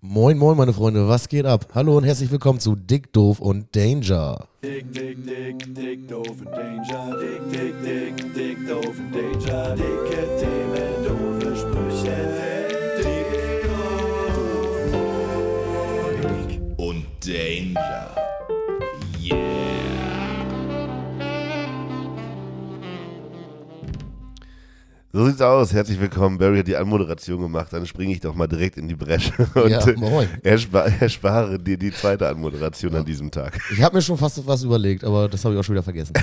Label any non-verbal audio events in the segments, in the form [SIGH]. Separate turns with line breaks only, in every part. Moin, moin, meine Freunde, was geht ab? Hallo und herzlich willkommen zu Dick, Doof und Danger.
Dick, dick, dick, dick, doof und Danger. Dick, dick, dick, dick, doof und Danger. Dicke Themen, doofe Sprüche. Dick, doof und
und Danger. Yeah.
So sieht's aus. Herzlich willkommen. Barry hat die Anmoderation gemacht. Dann springe ich doch mal direkt in die Bresche [LAUGHS] und
Ja,
äh,
moin.
erspa erspare dir die zweite Anmoderation an diesem Tag.
Ich habe mir schon fast was überlegt, aber das habe ich auch schon wieder vergessen.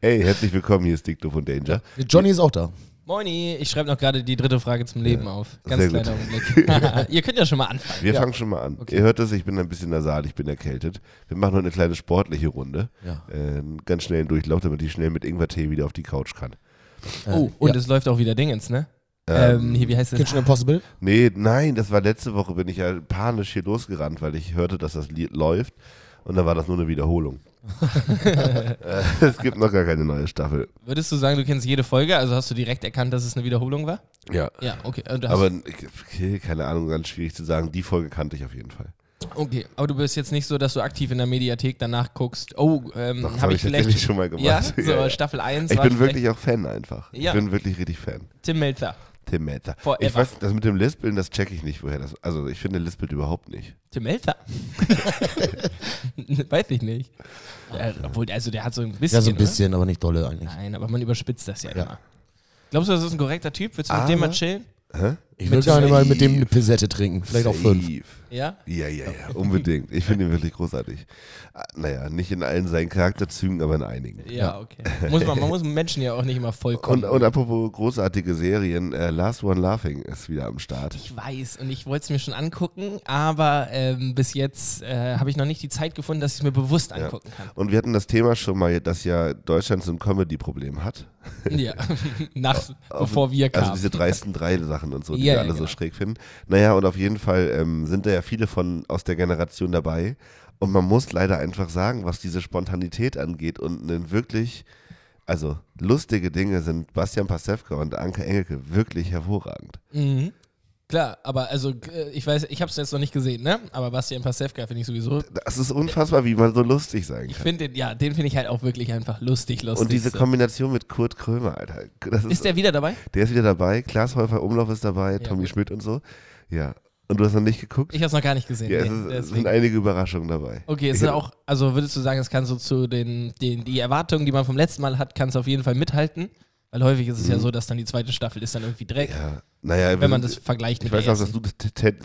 Ey, herzlich willkommen. Hier ist Dick Doof und Danger.
Johnny ist auch da.
Moini, ich schreibe noch gerade die dritte Frage zum Leben auf. Ganz
sehr
kleiner
[LAUGHS]
Augenblick. [LAUGHS] Ihr könnt ja schon mal anfangen.
Wir fangen schon mal an. Ihr hört es, ich bin ein bisschen nasal, ich bin erkältet. Wir machen heute eine kleine sportliche Runde.
Ja.
Äh, einen ganz schnell Durchlauf, damit ich schnell mit Ingwer-Tee wieder auf die Couch kann.
Oh, und es läuft auch wieder Dingens, ne? Ähm, hier, wie heißt das?
Kitchen Impossible.
Nee, nein, das war letzte Woche, bin ich ja panisch hier losgerannt, weil ich hörte, dass das Lied läuft. Und dann war das nur eine
[LAUGHS]
Wiederholung. Äh, es gibt noch gar keine neue Staffel.
Würdest du sagen, du kennst jede Folge? Also hast du direkt erkannt, dass es eine Wiederholung war?
Ja.
Ja, okay. äh, Du hast,
Aber okay, keine Ahnung, ganz schwierig zu sagen. Die Folge kannte ich auf jeden Fall.
okay, aber du bist jetzt nicht so, dass du aktiv in der Mediathek danach guckst. Oh, ähm,
Doch, das
habe
hab
ich,
ich
vielleicht
tatsächlich schon mal gemacht.
Ja,
Ja,
so
[LAUGHS] ja.
Staffel 1
Ich
war
bin wirklich auch Fan einfach.
Ja.
Ich bin wirklich richtig Fan.
vielleicht Tim Melzer.
Tim Melzer.
Forever.
Ich weiß, das mit dem Lispeln, das checke ich nicht, woher das. Also ich finde Lispelt überhaupt nicht. [LAUGHS]
Tim Melzer? [LAUGHS] Weiß ich nicht. Äh, obwohl, also der hat so ein bisschen.
Ja, so ein
ne?
bisschen, aber nicht dolle eigentlich.
Nein, aber man überspitzt das ja,
Ja.
immer. Glaubst du, das ist ein korrekter Typ? Willst du mit dem mal
Aber-
chillen?
Ich will
Mit
gerne mal
Safe.
mit dem eine Pisette trinken, vielleicht auch fünf.
Safe.
Ja?
Ja, ja, ja, unbedingt. Ich finde ihn wirklich großartig. Ah, Naja, nicht in allen seinen Charakterzügen, aber in einigen.
Ja, okay. Muss man, man muss Menschen ja auch nicht immer vollkommen.
Und, und apropos großartige Serien, äh, Last One Laughing ist wieder am Start.
ich weiß und ich wollte es mir schon angucken, aber ähm, bis jetzt äh, habe ich noch nicht die Zeit gefunden, dass ich es mir bewusst angucken
[LAUGHS] Und wir hatten das Thema schon mal, dass ja Deutschland so ein Comedy-Problem hat.
kann. Ja, [LAUGHS] nach,
Auf-
bevor wir kamen.
Also diese dreisten drei Sachen und so, die
Ja,
wir
ja,
alle so
genau.
schräg finden. Naja, und auf jeden Fall ähm, sind da ja viele von aus der Generation dabei. Und man muss leider einfach sagen, was diese Spontanität angeht und einen wirklich, also lustige Dinge sind Bastian Pasewka und Anke Engelke wirklich hervorragend.
mhm. Klar, aber also äh, ich weiß, ich habe es jetzt noch nicht gesehen, ne? Aber Bastian Pasewka finde ich sowieso.
Das ist unfassbar, wie man so lustig sein
Ich
kann.
finde den, ja, den finde ich halt auch wirklich einfach lustig, lustig.
Und diese
so.
Kombination mit Kurt Krömer, Alter. Das ist,
Ist der wieder dabei?
der ist wieder dabei, Klaas Häufer Umlauf ist dabei, Tommy
gut.
Schmidt und so. Ja. Und du hast noch nicht geguckt?
Ich habe es noch gar nicht gesehen.
ja,
nee,
es, ist, es
deswegen.
sind einige Überraschungen dabei.
Okay,
Ich
es ist
hätte-
auch, also würdest du sagen, es kann so zu den, den die Erwartungen, die man vom letzten Mal hat, kann es auf jeden Fall mithalten? Weil häufig ist es ja so, dass dann die zweite Staffel ist dann irgendwie Dreck,
Mhm. Ja, naja, wir
wenn man das
sind-
vergleicht
Ich
mit
weiß
der
auch, dass
ersten.
du Ted- Ted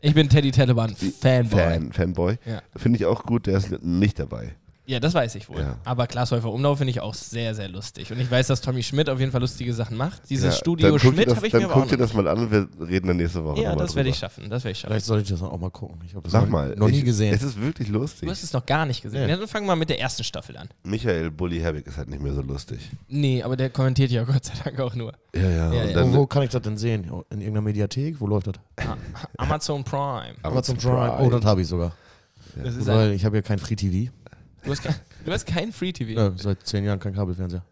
Ich bin Teddy Teleban Fanboy.
Fan, Fanboy.
Ja.
Finde ich auch gut, der ist nicht dabei.
Ja, das weiß ich wohl.
Ja.
Aber Klaas Häufer Umlauf finde ich auch sehr, sehr lustig. Und ich weiß, dass Tommy Schmidt auf jeden Fall lustige Sachen macht. Dieses
ja,
Studio
dann guck dir
Schmidt
das-
habe ich
Dann
mir aber
guck
auch
dir
noch
das mal an und wir reden dann nächste Woche
Ja,
nochmal
das werde ich
drüber.
schaffen. Das werde ich schaffen.
Vielleicht sollte ich das auch mal gucken. Ich habe das
Sag
noch-
mal.
noch nie
ich,
gesehen.
Es ist wirklich
Du
lustig.
hast es noch gar nicht gesehen.
Nee.
Ja, dann fangen wir mal mit der ersten Staffel an.
Michael Bulli Herwig ist halt nicht mehr so lustig.
Nee, aber der kommentiert ja Gott sei Dank auch nur.
Ja, ja.
Ja,
und
ja.
Dann,
Oh, wo, wo kann ich das denn sehen? In irgendeiner Mediathek? Wo läuft das?
Ah, Amazon Prime.
Amazon Prime. Oh, das habe ich sogar.
Das ist ein,
Weil ich habe ja kein Free TV.
du, hast kein, du hast kein Free TV.
Ja, seit zehn Jahren kein Kabelfernseher.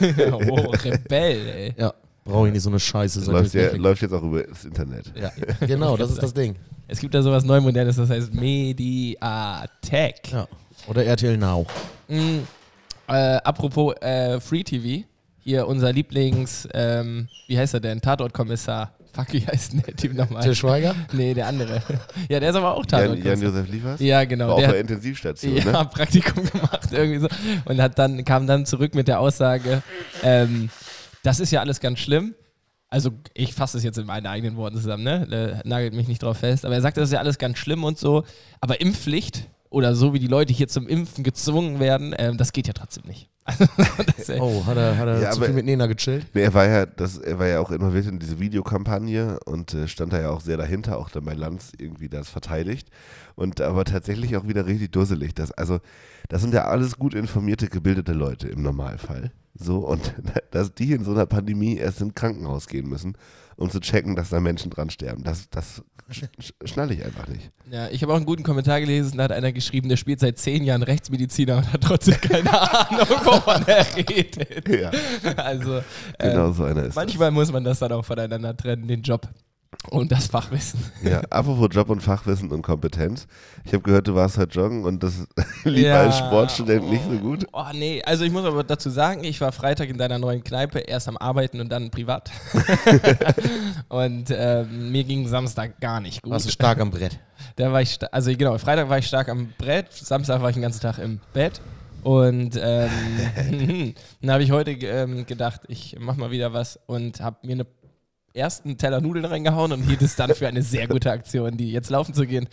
[LAUGHS] oh, Rebell, ey.
Ja, brauche ich nicht so eine Scheiße. seit
läuft,
ich
ja,
Netflix-
läuft jetzt auch über das Internet.
Ja.
[LAUGHS] Genau, das ist das Ding.
Es gibt da sowas Neumodernes, das heißt Mediathek.
Ja. Oder RTL Now.
Mm, äh, apropos äh, Free TV, hier unser Lieblings, ähm, wie heißt er denn? Tatortkommissar. Fuck, wie heißt denn der Typ nochmal?
Til Schweiger?
Nee, der andere. Ja, der ist aber auch
Jan-
Tatortkommissar.
Jan-Josef Liefers?
Ja,
War
genau.
auf
Der
der
hat
Intensivstation,
ja,
ne?
[LAUGHS] Praktikum gemacht, irgendwie so. Und hat dann, kam dann zurück mit der Aussage, ähm, das ist ja alles ganz schlimm. Also ich fasse es jetzt in meinen eigenen Worten zusammen, ne? Äh, Nagelt mich nicht drauf fest. Aber er sagt, das ist ja alles ganz schlimm und so. Aber Impfpflicht oder so, wie die Leute hier zum Impfen gezwungen werden, ähm, das geht ja trotzdem nicht. [LAUGHS] Also, das, äh,
Oh, hat er, hat er
Ja,
zu
aber-
viel mit Nena gechillt?
Nee, er war ja, das, er war ja auch involviert in diese Videokampagne und äh, stand da ja auch sehr dahinter, auch dann bei Lanz irgendwie das verteidigt. Und aber tatsächlich auch wieder richtig dusselig. Das, also, das sind ja alles gut informierte, gebildete Leute im Normalfall. So, und [LAUGHS] dass die in so einer Pandemie erst ins Krankenhaus gehen müssen, um zu checken, dass da Menschen dran sterben, das, das sch sch- schnalle ich einfach nicht.
ja, ich habe auch einen guten Kommentar gelesen, da hat einer geschrieben, der spielt seit zehn Jahren Rechtsmediziner und hat trotzdem keine [LAUGHS] Ahnung, wovon er redet.
Ja,
Also, ähm,
genau so einer ist. das.
Manchmal muss man das dann auch voneinander trennen, den Job. Und das Fachwissen.
Ja, apropos Job und Fachwissen und Kompetenz. Ich habe gehört, du warst heute joggen und das [LAUGHS] lief
Ja.
als Sportstudent nicht so gut.
Oh nee, also ich muss aber dazu sagen, ich war Freitag in deiner neuen Kneipe, erst am Arbeiten und dann [LAUGHS] privat. und ähm, mir ging Samstag gar nicht gut.
Warst du stark am Brett?
Da war ich, sta- also genau, Freitag war ich stark am Brett, Samstag war ich den ganzen Tag im Bett. Und
[LAUGHS]
ähm, dann habe ich heute ähm, gedacht, ich mache mal wieder was und habe mir eine ersten Teller Nudeln reingehauen und hielt es dann für eine sehr gute Aktion, die jetzt laufen zu gehen.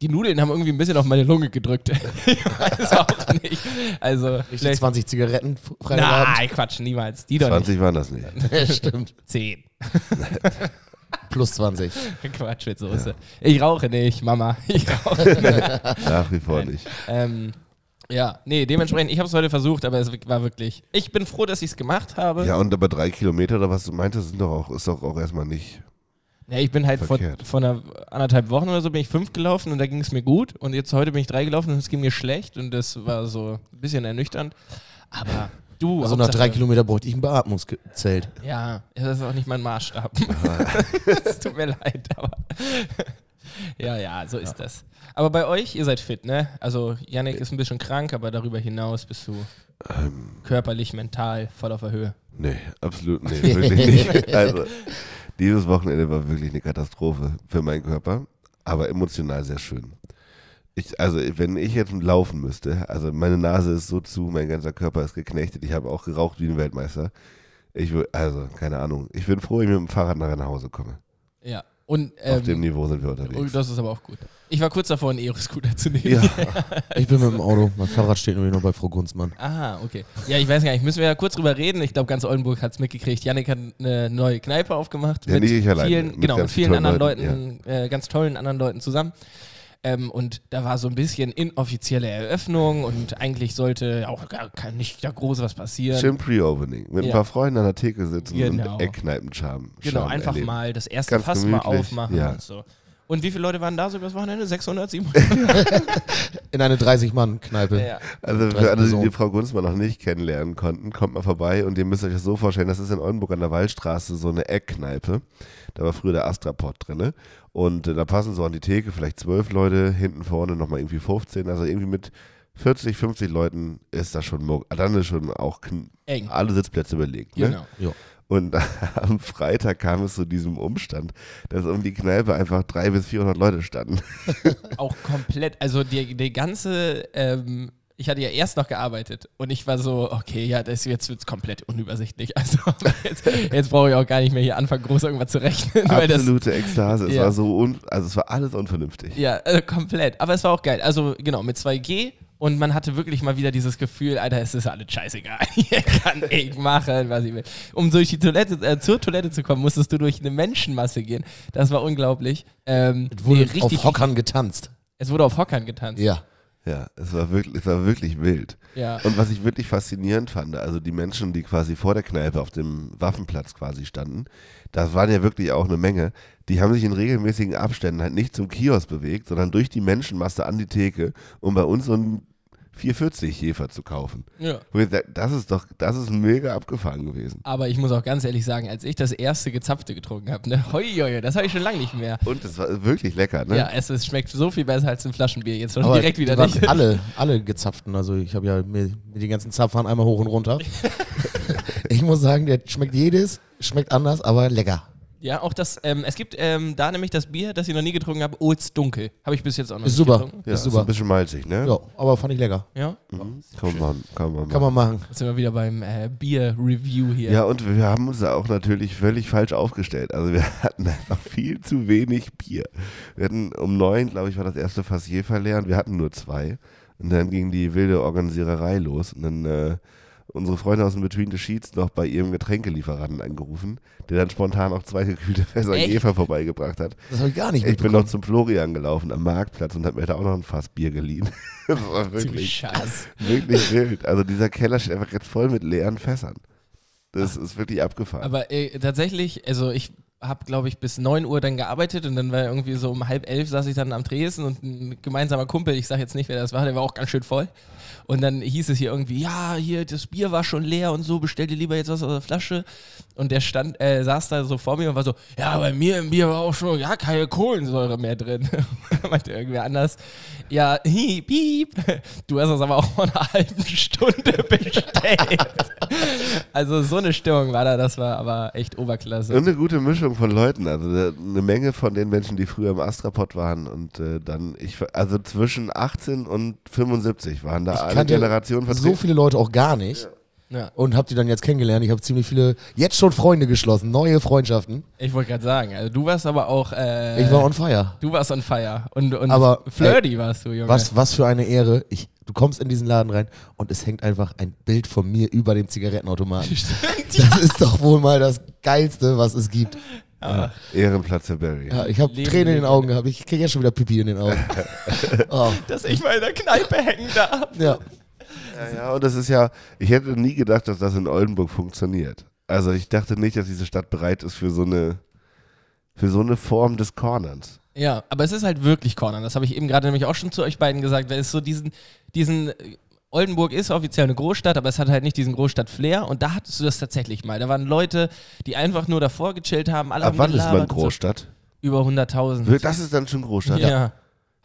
Die Nudeln haben irgendwie ein bisschen auf meine Lunge gedrückt. [LAUGHS] ich weiß auch nicht. Also,
Richtig
vielleicht.
20 Zigaretten f- Freitagabend?
Nein, Quatsch, niemals. Die doch
20 waren [LAUGHS] das nicht.
Nein. [LAUGHS] Stimmt.
nicht. [LAUGHS] Zehn.
Plus 20.
Quatsch mit Soße. Ich rauche nicht, Mama. Ich
[LAUGHS]
rauche nicht.
Nach wie vor nicht.
Ähm, ja, nee, dementsprechend, ich habe es heute versucht, aber es war wirklich. Ich bin froh, dass ich es gemacht habe.
Ja, und aber drei Kilometer oder was du meintest, sind doch auch, ist doch auch erstmal nicht.
Ja, ich bin halt vor,
Verkehrt.
vor einer anderthalb Wochen oder so bin ich fünf gelaufen und da ging es mir gut. Und jetzt heute bin ich drei gelaufen und es ging mir schlecht und das war so ein bisschen ernüchternd. Aber du,
Also nach
Hauptsache-
drei Kilometern bräuchte ich ein Beatmungszelt.
Ja, das ist auch nicht mein Maßstab. [LAUGHS] Es tut mir leid, aber. [LAUGHS] ja, ja, so ist das. Aber bei euch, ihr seid fit, ne? Also Yannick ist ein bisschen krank, aber darüber hinaus bist du körperlich, mental voll auf der Höhe.
Nee, absolut [LAUGHS] nee, wirklich nicht. Also, dieses Wochenende war wirklich eine Katastrophe für meinen Körper, aber emotional sehr schön. Ich, also, wenn ich jetzt laufen müsste, also meine Nase ist so zu, mein ganzer Körper ist geknechtet, ich habe auch geraucht wie ein Weltmeister. Ich wür- also, keine Ahnung. Ich bin froh, ich mit dem Fahrrad nachher nach Hause komme.
Ja. Und
Auf dem
ähm,
Niveau sind wir unterwegs.
oh, das ist aber auch gut. Ich war kurz davor, einen Aeroscooter zu nehmen.
Ja.
Ich bin mit dem Auto. Mein Fahrrad steht nämlich noch bei Frau Gunzmann.
[LAUGHS] Ah, okay. Ja, ich weiß gar nicht. Müssen wir ja kurz drüber reden. Ich glaube, ganz Oldenburg hat es mitgekriegt. Yannick hat eine neue Kneipe aufgemacht.
Ja, nicht ich alleine,
vielen,
mit
genau, mit
ganz
vielen
tollen
anderen Leuten,
Leuten,
äh, ganz tollen anderen Leuten zusammen. Ähm, und da war so ein bisschen inoffizielle Eröffnung und eigentlich sollte auch gar kein- nicht da groß was passieren.
Schön Pre-Opening. Mit ein
Ja.
paar Freunden an der Theke sitzen
Genau.
und Eckkneipen-Charme.
Genau,
Charme
einfach
erleben.
mal das erste
Ganz
Fass mal
gemütlich,
aufmachen
ja.
und so. Und wie viele Leute waren da so übers Wochenende? 600, 700?
In eine 30-Mann-Kneipe.
ja.
Also
Drei
für alle, die
Personen.
die Frau Gunzmann noch nicht kennenlernen konnten, kommt mal vorbei und ihr müsst euch das so vorstellen, das ist in Oldenburg an der Wallstraße so eine Eckkneipe. Da war früher der Astraport drinne und äh, da passen so an die Theke vielleicht zwölf Leute, hinten vorne nochmal irgendwie 15, also irgendwie mit 40, 50 Leuten ist das schon, Muck. dann ist schon auch kn-
Eng.
alle Sitzplätze belegt. Ne?
Genau.
Und [LAUGHS] am Freitag kam es zu diesem Umstand, dass um die Kneipe einfach 300 bis 400 Leute standen.
auch komplett, also die, die ganze, ähm, ich hatte ja erst noch gearbeitet und ich war so, okay, ja, das, jetzt wird es komplett unübersichtlich. [LAUGHS] Also jetzt, jetzt brauche ich auch gar nicht mehr hier anfangen, groß irgendwas zu rechnen, weil das.
Absolute Ekstase. Es
Ja.
war so un also es war alles unvernünftig.
Ja, also komplett. Aber es war auch geil. Also genau, mit 2G und man hatte wirklich mal wieder dieses Gefühl, Alter, es ist alles scheißegal. [LAUGHS] Hier kann ich machen, was ich will. Um durch die Toilette, äh, zur Toilette zu kommen, musstest du durch eine Menschenmasse gehen. Das war unglaublich. Ähm,
Es wurde
nee,
auf
richtig,
Hockern getanzt.
es wurde auf Hockern getanzt.
Ja.
Ja, es war wirklich, es war wirklich wild.
Ja.
Und was ich wirklich faszinierend fand, also die Menschen, die quasi vor der Kneipe auf dem Waffenplatz quasi standen, das waren ja wirklich auch eine Menge, die haben sich in regelmäßigen Abständen halt nicht zum Kiosk bewegt, sondern durch die Menschenmasse an die Theke, um bei uns so einen 440 Jefer zu kaufen.
ja.
Wo ich sag, Das ist doch, das ist mega abgefahren gewesen.
Aber ich muss auch ganz ehrlich sagen, als ich das erste gezapfte getrunken habe, ne, hoi, hoi, hoi, das habe ich schon lange nicht mehr.
Und es war wirklich lecker, ne?
Ja, es, es schmeckt so viel besser als ein Flaschenbier. Jetzt schon
Aber
direkt wieder
die waren
nicht. [LAUGHS]
Alle, alle gezapften. Also ich habe ja mir, mir die ganzen Zapfern einmal hoch und runter. ich muss sagen, der schmeckt jedes, schmeckt anders, aber lecker.
Ja, auch das, ähm, es gibt ähm, da nämlich das Bier, das ich noch nie getrunken habe, Olds Dunkel. Habe ich bis jetzt auch noch
Ist
nicht
super.
getrunken.
Ja,
ist
Ist
super.
ein bisschen malzig, ne?
Ja, aber fand ich lecker.
Ja,
Mhm. Kann man, kann man
Kann man machen.
jetzt sind wir wieder beim äh, Bier-Review hier.
Ja, und wir haben uns da auch natürlich völlig falsch aufgestellt. Also wir [LAUGHS] hatten einfach viel zu wenig Bier. Wir hatten um neun, glaube ich, war das erste Fass je verleert. Wir hatten nur zwei. Und dann ging die wilde Organisiererei los. Und dann äh, unsere Freunde aus dem Between the Sheets noch bei ihrem Getränkelieferanten angerufen, der dann spontan auch zwei gekühlte [LAUGHS] Fässer
Echt?
Jefer vorbeigebracht hat.
Das habe ich gar nicht
Ich bin
mitbekommen.
noch zum Florian gelaufen am Marktplatz und habe mir da auch noch ein Fass Bier geliehen. [LAUGHS] Das war
Du
wirklich
Scheiß.
Wirklich wild. Also dieser Keller steht einfach jetzt voll mit leeren Fässern. Das ist wirklich abgefahren.
Aber äh, tatsächlich, also ich habe, glaube ich, bis 9 Uhr dann gearbeitet und dann war irgendwie so um halb elf saß ich dann am Tresen und ein gemeinsamer Kumpel, ich sage jetzt nicht, wer das war, der war auch ganz schön voll. Und dann hieß es hier irgendwie, ja, hier, das Bier war schon leer und so, bestell dir lieber jetzt was aus der Flasche. Und der stand, äh, saß da so vor mir und war so, ja, bei mir im Bier war auch schon ja keine Kohlensäure mehr drin. [LAUGHS] Meinte irgendwer anders, ja, hi, piep, du hast das aber auch vor einer halben Stunde [LAUGHS] bestellt. also so eine Stimmung war da, das war aber echt Oberklasse.
Ähm.
Und eine gute Mischung von Leuten. Also da- eine Menge von den Menschen, die früher im Astrapod waren und äh, dann, ich, also zwischen 18 und 75 waren da alle
kannte
Generationen
so
vertreten.
viele Leute auch gar nicht.
Ja.
Und hab die dann jetzt kennengelernt. Ich habe ziemlich viele, jetzt schon Freunde geschlossen, neue Freundschaften.
Ich wollte gerade sagen, also du warst aber auch. Äh,
Ich war on fire.
du warst on fire. Und, und
Aber, äh,
flirty warst du, Junge. [LAUGHS]
Was, was für eine Ehre. Ich, du kommst in diesen Laden rein und es hängt einfach ein Bild von mir über dem Zigarettenautomaten.
[LAUGHS]
Das ist doch wohl mal das Geilste, was es gibt. [LAUGHS]
Ehrenplatz der Barry.
Ja, ich habe
Leben,
Tränen in den
Leben.
Augen gehabt. Ich kriege ja schon wieder Pipi in den
[LAUGHS]
Augen. Oh,
Dass ich mal in der Kneipe hängen darf.
ja.
Ja, ja, und das ist ja, ich hätte nie gedacht, dass das in Oldenburg funktioniert. Also ich dachte nicht, dass diese Stadt bereit ist für so eine, für so eine Form des Cornerns.
Ja, aber es ist halt wirklich Cornern. Das habe ich eben gerade nämlich auch schon zu euch beiden gesagt. Weil es so diesen, diesen. äh, Oldenburg ist offiziell eine Großstadt, aber es hat halt nicht diesen Großstadt-Flair. Und da hattest du das tatsächlich mal. Da waren Leute, die einfach nur davor gechillt haben. Alle
Ab
haben
wann ist man
gelabert und
Großstadt?
So. Über 100.000.
Wir- Das ist dann schon Großstadt.
Ja.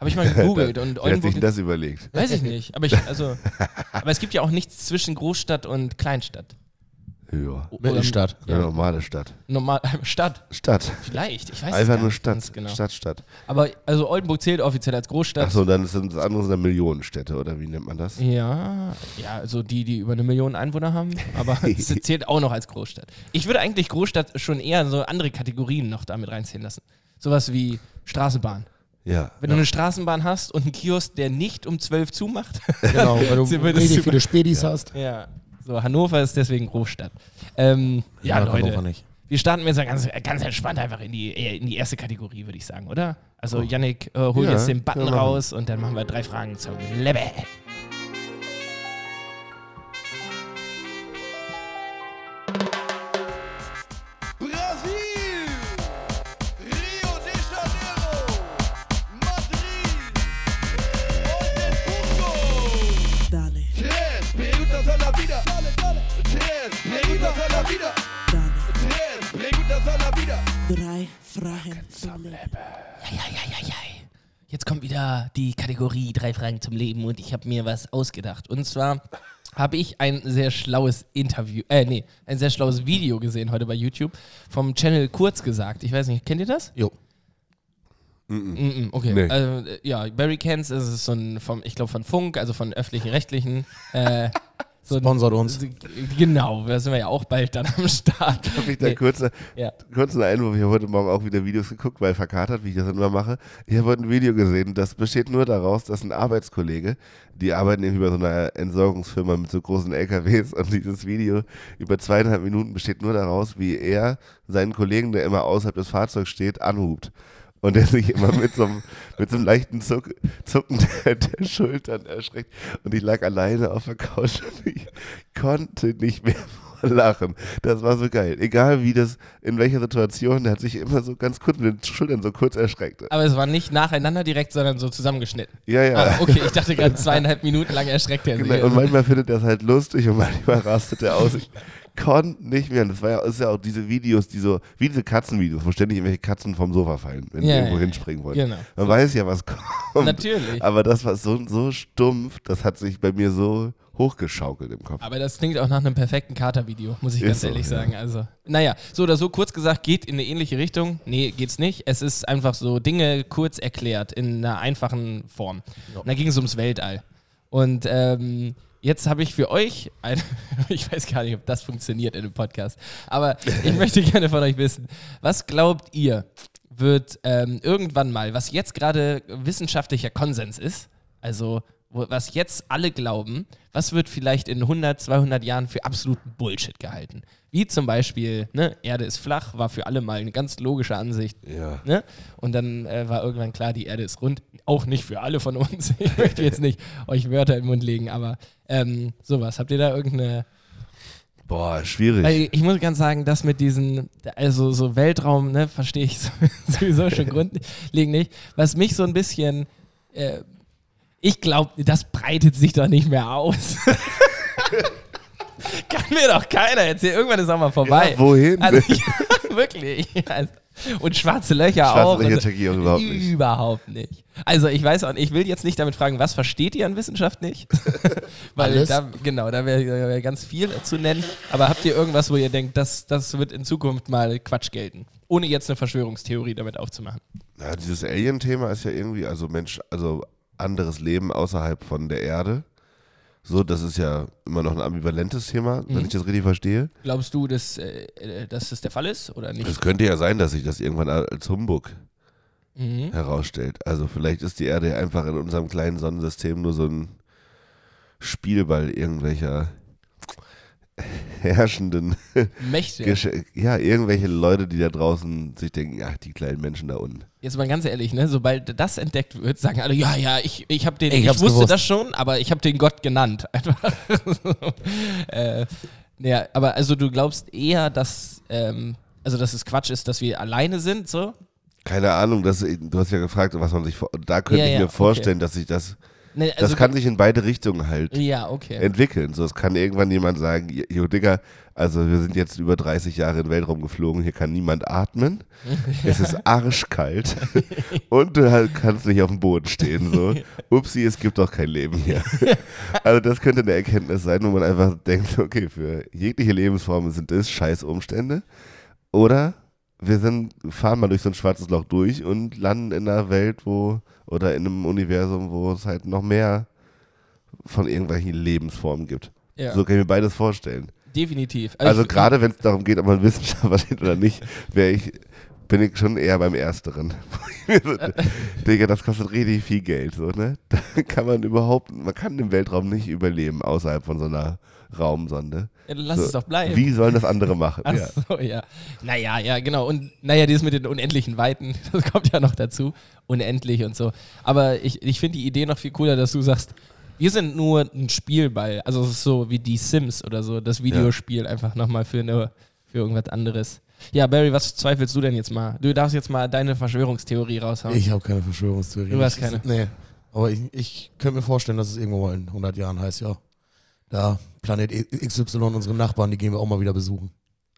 Habe
[LAUGHS]
ich mal gegoogelt. und
Wer hat sich
Oldenburg
denn das überlegt?
[LAUGHS] Weiß ich nicht, aber ich,
[LAUGHS]
also, aber es gibt ja auch nichts zwischen Großstadt und Kleinstadt.
Ja,
O-
Mittelstadt.
Oh, [LAUGHS] Ja.
eine normale Stadt.
oder Normal, [LAUGHS] Stadt,
Stadt.
vielleicht, ich weiß es
Einfach
gar
nur
nicht
Stadt.
ganz Genau.
Stadt, Stadt.
Aber also Oldenburg zählt offiziell als Großstadt.
Achso, dann sind das andere sind dann Millionenstädte, oder wie nennt man das?
Ja, ja, also die, die über eine Million Einwohner haben,
[LAUGHS]
aber es zählt auch noch als Großstadt. Ich würde eigentlich Großstadt schon eher so andere Kategorien noch damit reinziehen lassen. Sowas wie Straßenbahn.
Ja.
Wenn du eine Straßenbahn hast und einen Kiosk, der nicht um
[LAUGHS]
12 zumacht,
Genau, weil du
Sie würden es
richtig
über-
viele Spätis hast.
Ja, so Hannover ist deswegen Großstadt. Ähm, ja, Leute,
Hannover nicht.
wir starten jetzt ganz, ganz entspannt einfach in die, äh, in die erste Kategorie, würde ich sagen, oder? Also Yannick, äh, hol
Oh. Ja,
jetzt den Button
können wir machen.
raus und dann machen wir drei Fragen zum Leben.
Brasil! Rio de Janeiro! Madrid! Oldenburgo!
Dale,
Tres preguntas a la vida! Tres preguntas a la vida!
dale,
Tres preguntas a la vida!
drei Fragen zum Leben.
Eieieiei. Jetzt kommt wieder die Kategorie drei Fragen zum Leben und ich habe mir was ausgedacht. Und zwar habe ich ein sehr schlaues Interview, äh, nee, ein sehr schlaues Video gesehen heute bei YouTube vom Channel Kurz gesagt. Ich weiß nicht, kennt ihr das?
Jo.
Mm-mm, okay.
Mhm. Nee.
Also, äh, ja, Barry Cans ist es so ein vom, ich glaube von Funk, also von öffentlichen rechtlichen.
[LAUGHS]
Äh, so ein-
Sponsort uns.
so- Genau, da sind wir ja auch bald dann am Start.
[LAUGHS] Darf ich da
Nee,
kurz,
ja.
kurz einen Einwurf? Ich habe heute Morgen auch wieder Videos geguckt, weil verkatert, wie ich das immer mache. Ich habe heute ein Video gesehen, das besteht nur daraus, dass ein Arbeitskollege, die arbeiten irgendwie bei so einer Entsorgungsfirma mit so großen LKWs und dieses Video über zweieinhalb Minuten besteht nur daraus, wie er seinen Kollegen, der immer außerhalb des Fahrzeugs steht, anhupt. Und der sich immer mit
[LAUGHS]
so einem, mit so einem leichten Zuck, Zucken der, der Schultern erschreckt. Und ich lag alleine auf der Couch und ich konnte nicht mehr vor lachen. Das war so geil. Egal wie das, in welcher Situation, der hat sich immer so ganz kurz mit den Schultern so kurz erschreckt.
Aber es war nicht nacheinander direkt, sondern so zusammengeschnitten.
Ja, ja.
Ah, okay, ich dachte gerade zweieinhalb Minuten lang erschreckt er sich.
Genau, und manchmal findet er es halt lustig und [LAUGHS] manchmal rastet er aus. Ich konnte nicht mehr. Und das war ja, ist ja auch diese Videos, die so, wie diese Katzenvideos, wo ständig irgendwelche Katzen vom Sofa fallen, wenn
Ja,
sie irgendwo
ja,
hinspringen wollen.
genau.
Man weiß ja, was kommt.
Natürlich.
Aber das war so, so stumpf, das hat sich bei mir so hochgeschaukelt im Kopf.
Aber das klingt auch nach einem perfekten Kater-Video, muss ich
Ist
ganz
so,
ehrlich
ja.
sagen. Also, naja, so oder so, kurz gesagt, geht in eine ähnliche Richtung. Nee, geht's nicht. Es ist einfach so Dinge kurz erklärt in einer einfachen Form. Und da ging es ums Weltall. Und ähm, jetzt habe ich für euch, ein, [LAUGHS] ich weiß gar nicht, ob das funktioniert in einem Podcast, aber ich
[LAUGHS]
möchte gerne von euch wissen, was glaubt ihr, wird ähm, irgendwann mal, was jetzt gerade wissenschaftlicher Konsens ist, also wo, was jetzt alle glauben, was wird vielleicht in 100, 200 Jahren für absoluten Bullshit gehalten? Wie zum Beispiel, ne, Erde ist flach, war für alle mal eine ganz logische Ansicht.
Ja.
Ne? Und dann äh, war irgendwann klar, die Erde ist rund. Auch nicht für alle von uns. [LAUGHS] Ich möchte jetzt nicht euch Wörter in den Mund legen, aber ähm, sowas. Habt ihr da irgendeine
Boah, schwierig.
Weil ich muss ganz sagen, das mit diesen, also so Weltraum, ne, verstehe ich [LAUGHS] sowieso schon grundlegend nicht. Was mich so ein bisschen, äh, ich glaube, das breitet sich doch nicht mehr aus. [LAUGHS] Kann mir doch keiner erzählen. Irgendwann ist auch mal vorbei.
Ja, wohin?
Also, [LAUGHS] ja, wirklich. Also, und schwarze Löcher
Schwarze
auch.
Löcher
Und-
checke ich auch überhaupt nicht.
Überhaupt nicht. Also ich weiß auch, ich will jetzt nicht damit fragen, was versteht ihr an Wissenschaft nicht? [LAUGHS] Weil
Alles.
da, genau, da wäre da wär ganz viel zu nennen. Aber habt ihr irgendwas, wo ihr denkt, das, das wird in Zukunft mal Quatsch gelten? Ohne jetzt eine Verschwörungstheorie damit aufzumachen.
[LAUGHS] Ja, dieses Alien-Thema ist ja irgendwie, also Mensch, also anderes Leben außerhalb von der Erde. So, das ist ja immer noch ein ambivalentes Thema,
Mhm.
wenn ich das richtig verstehe.
Glaubst du, dass, äh, dass das der Fall ist oder nicht?
Es könnte ja sein, dass sich das irgendwann als Humbug
Mhm.
herausstellt. Also vielleicht ist die Erde einfach in unserem kleinen Sonnensystem nur so ein Spielball irgendwelcher [LAUGHS] herrschenden,
Mächte.
Gesch- ja, irgendwelche Leute, die da draußen sich denken, ach, die kleinen Menschen da unten.
Jetzt mal ganz ehrlich, ne? sobald das entdeckt wird, sagen alle, ja, ja, ich, ich, hab den,
Ich
ich,
hab's
wusste
gewusst.
das schon, aber ich habe den Gott genannt. [LAUGHS] Einfach so. äh, naja, aber also du glaubst eher, dass, ähm, also dass es Quatsch ist, dass wir alleine sind, so?
Keine Ahnung, das, du hast ja gefragt, was man sich vor- da könnte
Ja,
ich
ja,
mir
okay.
vorstellen, dass sich das
Nee,
Das kann sich in beide Richtungen halt
Ne, also Ja, okay.
entwickeln. So, es kann irgendwann jemand sagen, jo Digga, also wir sind jetzt über 30 Jahre in den Weltraum geflogen, hier kann niemand atmen. Es ist arschkalt und du halt kannst nicht auf dem Boden stehen. So. Upsi, es gibt doch kein Leben hier. Also das könnte eine Erkenntnis sein, wo man einfach denkt, okay, für jegliche Lebensformen sind es scheiß Umstände. Oder wir sind, fahren mal durch so ein schwarzes Loch durch und landen in einer Welt, wo, oder in einem Universum, wo es halt noch mehr von irgendwelchen Lebensformen gibt.
Ja,
So kann ich mir beides vorstellen.
definitiv.
Also
ich-
gerade wenn es darum geht, ob man [LAUGHS] Wissenschaft versteht oder nicht, wäre ich, bin ich schon eher beim Ersteren. [LAUGHS] Digga, das kostet richtig viel Geld, so, ne? [LAUGHS] Da kann man überhaupt, man kann im Weltraum nicht überleben außerhalb von so einer Raumsonde.
Ah, Ja, Lass
so,
es doch bleiben.
Wie sollen das andere machen?
Ach
Ja.
so, ja. Naja, ja, genau. Und naja, dieses mit den unendlichen Weiten, [LAUGHS] das kommt ja noch dazu. Unendlich und so. Aber ich, ich finde die Idee noch viel cooler, dass du sagst, wir sind nur ein Spielball. Also es ist so wie die Sims oder so, das Videospiel einfach nochmal für, eine, für irgendwas anderes. Ja, Barry, was zweifelst du denn jetzt mal? Du darfst jetzt mal deine Verschwörungstheorie raushauen. [LAUGHS]
Ich habe keine Verschwörungstheorie.
Du hast
Ich-
keine.
Nee. Aber ich, ich könnte mir vorstellen, dass es irgendwo mal in 100 Jahren heißt, ja. Da, Planet XY, unsere Nachbarn, die gehen wir auch mal wieder besuchen.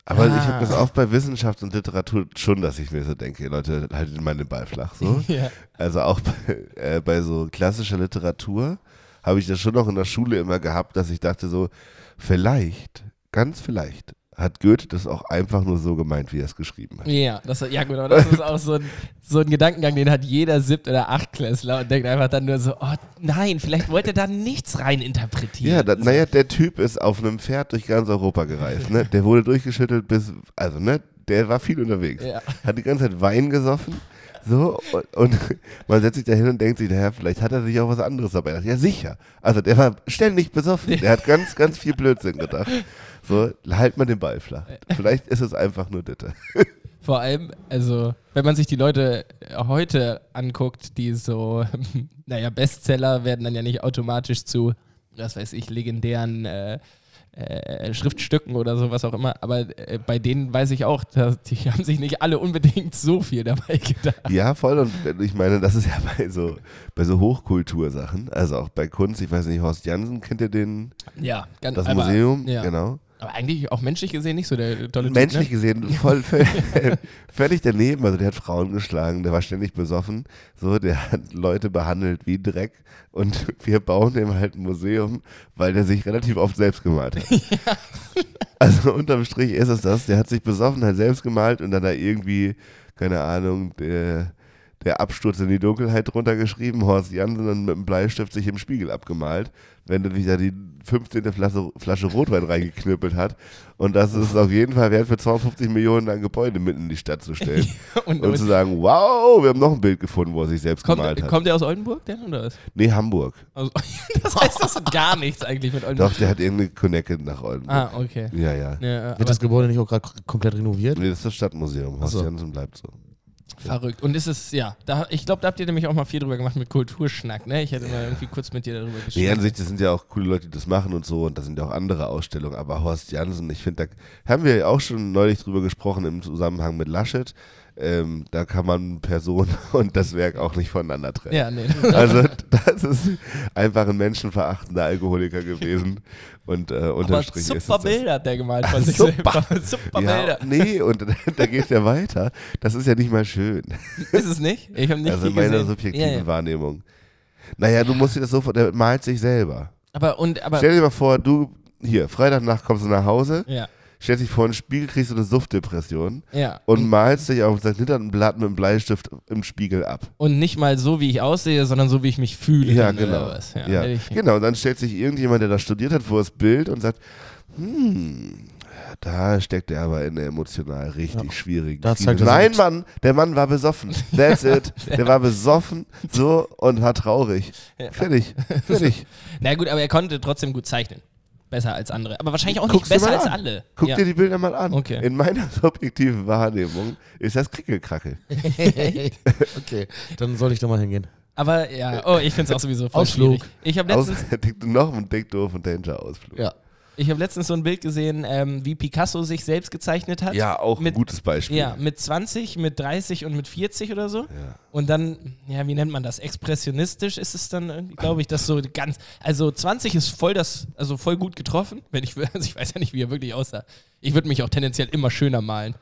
Aber ich
Ah.
habe das auch bei Wissenschaft und Literatur schon, dass ich mir so denke, Leute, haltet mal den Ball flach.
[LAUGHS]
So.
ja.
Also auch bei, [LAUGHS] äh, bei so klassischer Literatur habe ich das schon noch in der Schule immer gehabt, dass ich dachte so, vielleicht, ganz vielleicht, hat Goethe das auch einfach nur so gemeint, wie er es geschrieben hat.
Ja, das, ja gut, aber das ist auch so ein, so ein Gedankengang, den hat jeder Siebt- oder Achtklässler und denkt einfach dann nur so, oh nein, vielleicht wollte er da nichts rein interpretieren.
Ja, da, naja, der Typ ist auf einem Pferd durch ganz Europa gereist. Ne? Der wurde durchgeschüttelt bis, also ne, der war viel unterwegs.
Ja.
Hat die ganze Zeit Wein gesoffen. So, und, und man setzt sich da hin und denkt sich, naja, vielleicht hat er sich auch was anderes dabei gedacht. Ja, sicher. Also der war ständig besoffen. Der hat ganz, ganz viel Blödsinn gedacht. So, halt mal den Ball flach. Vielleicht ist es einfach nur Ditte.
Vor allem, also, wenn man sich die Leute heute anguckt, die so, [LAUGHS] naja, Bestseller werden dann ja nicht automatisch zu, was weiß ich, legendären äh, äh, Schriftstücken oder so, was auch immer. Aber äh, bei denen weiß ich auch, dass die [LAUGHS] haben sich nicht alle unbedingt so viel dabei gedacht.
Ja, voll. Und wenn- ich meine, das ist ja bei so, bei so Hochkultursachen, also auch bei Kunst, ich weiß nicht, Horst Jansen, kennt ihr den,
Ja, ganz
das Museum?
Ja.
Genau.
Aber eigentlich auch menschlich gesehen nicht so der tolle
menschlich
Typ, ne?
gesehen voll völ- völlig daneben. Also der hat Frauen geschlagen, der war ständig besoffen, so der hat Leute behandelt wie Dreck und wir bauen ihm halt ein Museum, weil der sich relativ oft selbst gemalt hat. Also [LAUGHS] unterm Strich ist es das. Der hat sich besoffen, hat selbst gemalt und dann da irgendwie keine Ahnung der der Absturz in die Dunkelheit drunter geschrieben, Horst Jansen und mit dem Bleistift sich im Spiegel abgemalt, wenn er sich da die 15. Flasche, Flasche Rotwein reingeknüppelt hat. Und das ist auf jeden Fall wert, für 250 Millionen ein Gebäude mitten in die Stadt zu
[LAUGHS]
stellen.
ne? Und,
und zu
und
sagen, wow, wir haben noch ein Bild gefunden, wo er sich selbst gemalt
kommt,
hat.
kommt der aus Oldenburg denn, oder was?
Nee, Hamburg.
Also, [LAUGHS] das heißt, das hat gar nichts eigentlich mit Oldenburg.
Doch, der hat irgendeine Connecke nach Oldenburg.
Ah, okay.
Ja, ja.
Ja,
Wird
aber,
das Gebäude nicht auch gerade komplett renoviert?
Nee, das ist das Stadtmuseum. Horst
Ach so.
Jansen bleibt so.
Verrückt. Und ist es, ja, da, ich glaube, da habt ihr nämlich auch mal viel drüber gemacht mit Kulturschnack, ne? Ich hätte mal irgendwie kurz mit dir darüber
Nee, also an
gesprochen.
sich, das sind ja auch coole Leute, die das machen und so. Und da sind ja auch andere Ausstellungen. Aber Horst Janssen, ich finde, da haben wir ja auch schon neulich drüber gesprochen im Zusammenhang mit Laschet. Ähm, da kann man Person [LAUGHS] und das Werk auch nicht voneinander trennen.
Ja, nee.
[LAUGHS] Also das ist einfach ein menschenverachtender Alkoholiker gewesen. Und äh,
Aber
unterstrich ist es
super
das.
Bilder hat der gemalt
[LAUGHS]
von sich
Super.
selber. [LAUGHS] Super
Ja,
Bilder.
nee, und [LAUGHS] da geht es ja weiter. Das ist ja nicht mal schön.
Ist es nicht? Ich habe nicht
also
viel
in meiner
gesehen.
subjektiven
Ja, ja.
Wahrnehmung. Naja, du musst dir das so vor, der malt sich selber.
Aber, und, aber,
Stell dir mal vor, du, hier, Freitagnacht kommst du nach Hause,
ja,
stellst dich vor einen Spiegel, kriegst du eine Suftdepression
ja.
und malst dich auf das Blatt mit einem Bleistift im Spiegel ab.
Und nicht mal so, wie ich aussehe, sondern so, wie ich mich fühle.
Ja,
oder
genau.
was. Ja,
Ja,
ehrlich.
Genau, und dann stellt sich irgendjemand, der das studiert hat, vor das Bild und sagt, hm, da steckt er aber in der emotional richtig schwierigen
Da
Krise.
zeigt er
Nein,
sich-
Mann, der Mann war besoffen. That's
[LAUGHS]
it. Der war besoffen, so, und war traurig. Fertig, fertig.
Na gut, aber er konnte trotzdem gut zeichnen. Besser als andere. Aber wahrscheinlich auch
Guck's
nicht besser
dir mal
als
an.
alle.
Guck
ja.
dir die Bilder mal an.
Okay.
In meiner [LAUGHS] subjektiven Wahrnehmung ist das Krickelkrackel.
Okay, dann soll ich da mal hingehen.
[LAUGHS] Aber ja, oh, ich finde es auch sowieso voll
Ausflug.
schwierig. Ich habe
Aus,
letztens,
noch ein Dick Doof und Danger Ausflug.
Ja.
ich hab letztens so ein Bild gesehen, ähm, wie Picasso sich selbst gezeichnet hat.
Ja, auch
Mit-
ein gutes Beispiel.
Ja, mit 20, mit 30 und mit 40 oder so. Und dann, ja, wie nennt man das? Expressionistisch ist es dann irgendwie, glaube ich, das so ganz. Also 20 ist voll das, also voll gut getroffen, wenn ich will. [LAUGHS] Also ich weiß ja nicht, wie er wirklich aussah. Ich würde mich auch tendenziell immer schöner malen.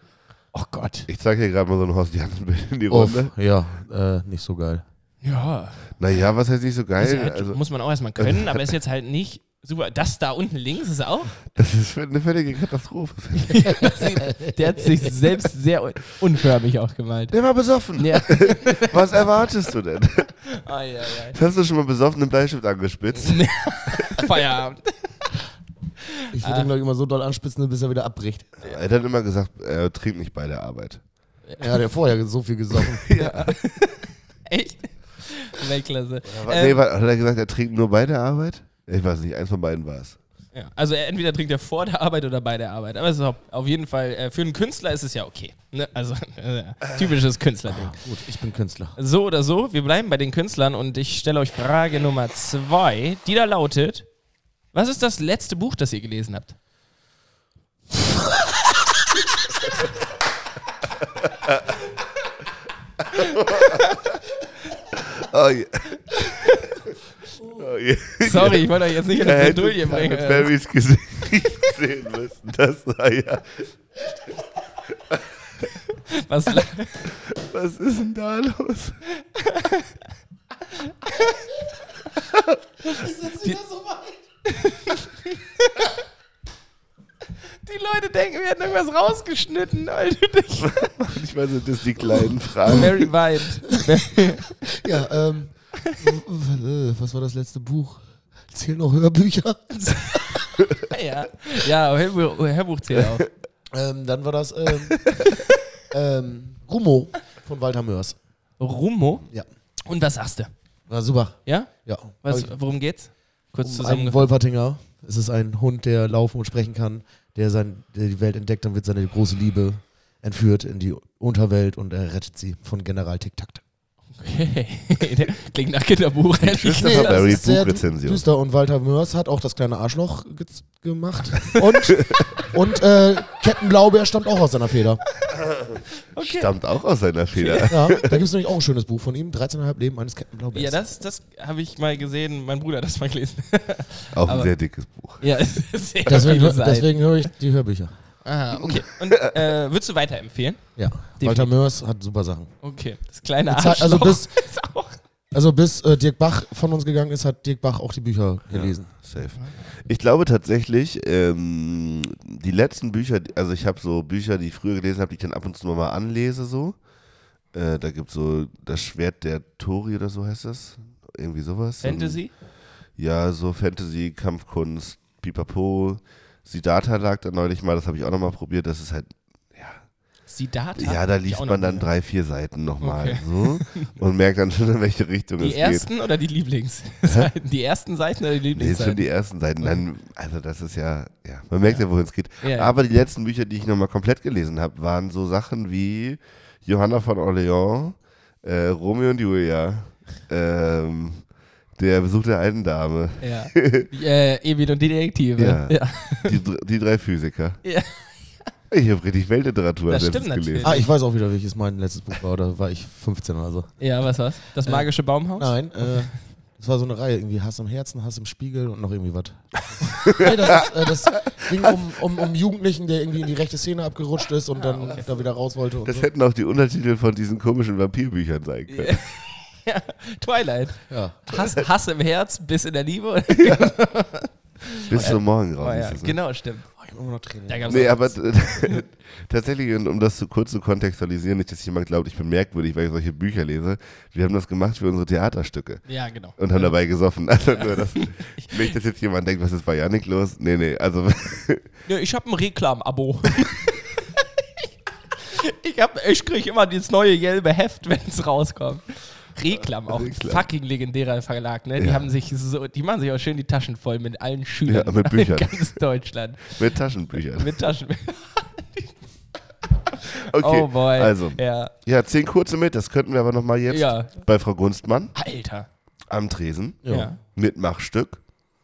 Oh Gott.
Ich zeig hier gerade mal so ein Horst Janssen-Bild in die
Uff,
Runde.
ja, äh, nicht so geil.
Ja.
Naja, was heißt nicht so geil?
Ist halt,
also,
muss man auch erstmal können, aber ist jetzt halt nicht super. Das da unten links
[LAUGHS]
ist auch.
das ist eine völlige Katastrophe.
[LAUGHS] Der hat sich selbst sehr un- unförmig auch gemalt.
Der war besoffen.
Ja.
Was erwartest du denn? [LAUGHS]
Ai, ai, ai.
Hast du schon mal besoffen einen Bleistift angespitzt?
[LAUGHS] Feierabend.
Ich würde ihn, glaube ich, immer so doll anspitzen, bis er wieder abbricht.
Er hat dann immer gesagt, er trinkt nicht bei der Arbeit.
Er hat ja vorher so viel [LAUGHS] gesoffen.
Echt? Weltklasse.
Aber,
Ähm,
nee, wa- hat er gesagt, er trinkt nur bei der Arbeit? Ich weiß nicht, eins von beiden war es.
Ja, also er- entweder trinkt er vor der Arbeit oder bei der Arbeit. Aber es ist auf- auf jeden Fall, äh, für einen Künstler ist es ja okay. Ne? Also äh, typisches Künstlerding.
Gut, ich bin Künstler.
So oder so, wir bleiben bei den Künstlern und ich stelle euch Frage Nummer zwei, die da lautet, was ist das letzte Buch, das ihr
[LAUGHS]
gelesen habt?
Oh, je. oh, je.
Sorry, ich wollte euch jetzt nicht in
Er
eine
Äh,
hätte
Bredouille bringen.
Simon Barrys Gesicht sehen müssen. Das war ja.
Was,
[LAUGHS]
la-
Was ist denn da los?
die Leute denken, wir hätten irgendwas rausgeschnitten, Alter.
Ich weiß nicht, das sind die kleinen Fragen.
Mary weint.
Ja, ähm, w- w- was war das letzte Buch? Zählen noch [LAUGHS] Hörbücher?
Ah, ja, ja Hörbuch, Hörbuch zählt auch.
Ähm, dann war das ähm, ähm, Rumo von Walter Mörs.
Rummo?
Ja.
Und was sagst du?
War super.
Ja?
Ja.
Was,
Hab
worum geht's? Kurz
ich, um einen
zusammengefasst.
Wolpertinger. Es ist ein Hund, der laufen und sprechen kann, der, sein, der die Welt entdeckt, dann wird seine große Liebe entführt in die Unterwelt und er rettet sie von General Tic Tac.
[LAUGHS] Okay. Der Klingt
[LAUGHS]
nach Kinderbuch. ehrlich [LAUGHS]
Christopher
das
gesagt.
Barry
ist sehr
Buchrezension.
Düster und Walter Mörs hat auch das kleine Arschloch ge gemacht. Und, und äh, Captain Blaubeer stammt auch aus seiner Feder.
Stammt auch aus seiner
[LAUGHS]
Feder.
Ja, da gibt es nämlich auch ein schönes Buch von ihm, 13,5 Leben eines Captain Blaubeers.
Ja, das, das habe ich mal gesehen. Mein Bruder hat das mal gelesen. [LAUGHS]
Auch ein
Aber-
sehr dickes Buch.
ja, [LAUGHS] das ist sehr
deswegen
viele Seiten.
deswegen höre ich die Hörbücher.
Ah, okay. Und äh, würdest du weiterempfehlen?
Ja, Walter Mörs hat super Sachen.
Okay. Das kleine
Bezahlt-
Arschloch
also bis-
[LAUGHS] ist auch.
Also bis äh, Dirk Bach von uns gegangen ist, hat Dirk Bach auch die Bücher gelesen.
Safe. Ich glaube tatsächlich, ähm, die letzten Bücher, also ich habe so Bücher, die ich früher gelesen habe, die ich dann ab und zu mal anlese, so. Äh, da gibt es so das Schwert der Tori oder so heißt das. Irgendwie sowas. So ein-
Fantasy?
Ja, so Fantasy, Kampfkunst, Pipapo. Siddhartha lag da neulich mal, das habe ich auch nochmal probiert. Das ist halt,
Siddhartha?
ja, da
Hab ich
liest
auch
man
noch
dann
nie.
drei, vier Seiten nochmal
Okay. [LAUGHS]
so und merkt dann schon, in welche Richtung es
Die
geht.
ersten oder die Lieblingsseiten? Die ersten Seiten oder die
Nee, es sind
Lieblingsseiten?
die ersten Seiten. Dann, also das ist ja, ja, man merkt ja, wohin es geht.
Ja, ja.
Aber die letzten Bücher, die ich nochmal komplett gelesen habe, waren so Sachen wie Johanna von Orleans, äh, Romeo und Julia, ähm, der Besuch der alten Dame, [LAUGHS]
Ja. äh, Emil und die Detektive.
Ja.
ja.
die, dr- die drei Physiker.
[LAUGHS] Ja.
Ich habe richtig Weltliteratur
Das
als
stimmt
letztes gelesen.
Ah, ich weiß auch wieder, welches mein letztes Buch war. Da war ich 15 oder so.
Ja, was war's? Das magische Baumhaus?
Nein, äh, das war so eine Reihe. Irgendwie Hass im Herzen, Hass im Spiegel und noch irgendwie [LAUGHS] was. nee, das, ist, äh, das ging um, um, um Jugendlichen, der irgendwie in die rechte Szene abgerutscht ist und dann da wieder raus wollte. Und
Das
so.
hätten auch die Untertitel von diesen komischen Vampirbüchern sein können.
[LAUGHS] Ja. Twilight.
ja.
Hass, Hass im Herz, bis in
[LAUGHS]
der Liebe.
Bis zum Morgen raus.
Oh, ja.
hieß es, ne?
Genau, stimmt.
Oh, ich hab immer noch Tränen.
Da gab's
Nee,
auch-
aber t- [LAUGHS] tatsächlich, und um das zu kurz zu kontextualisieren, nicht, dass jemand glaubt, ich bin merkwürdig, weil ich solche Bücher lese. Wir haben das gemacht für unsere Theaterstücke
ja, genau.
und haben dabei gesoffen. [LAUGHS] Also nur,
[LAUGHS]
dass nicht, dass jetzt jemand denkt, was ist bei Janik los? Nee, nee, also [LAUGHS]
Ja, ich habe ein Reklam-Abo. [LAUGHS] ich hab- ich kriege immer dieses neue gelbe Heft, wenn es rauskommt. Reklam, auch ein
Reklam.
fucking legendärer Verlag, ne? Die
Ja.
haben sich so, die machen sich auch schön die Taschen voll mit allen Schülern
Ja, mit Büchern.
[LAUGHS] in ganz Deutschland.
mit Taschenbüchern.
Mit Taschen.
Okay,
Oh boy.
also,
Ja.
ja, zehn kurze mit, das könnten wir aber nochmal jetzt
Ja.
bei Frau Gunstmann
Alter.
am Tresen.
Ja.
Ja.
Mitmachstück.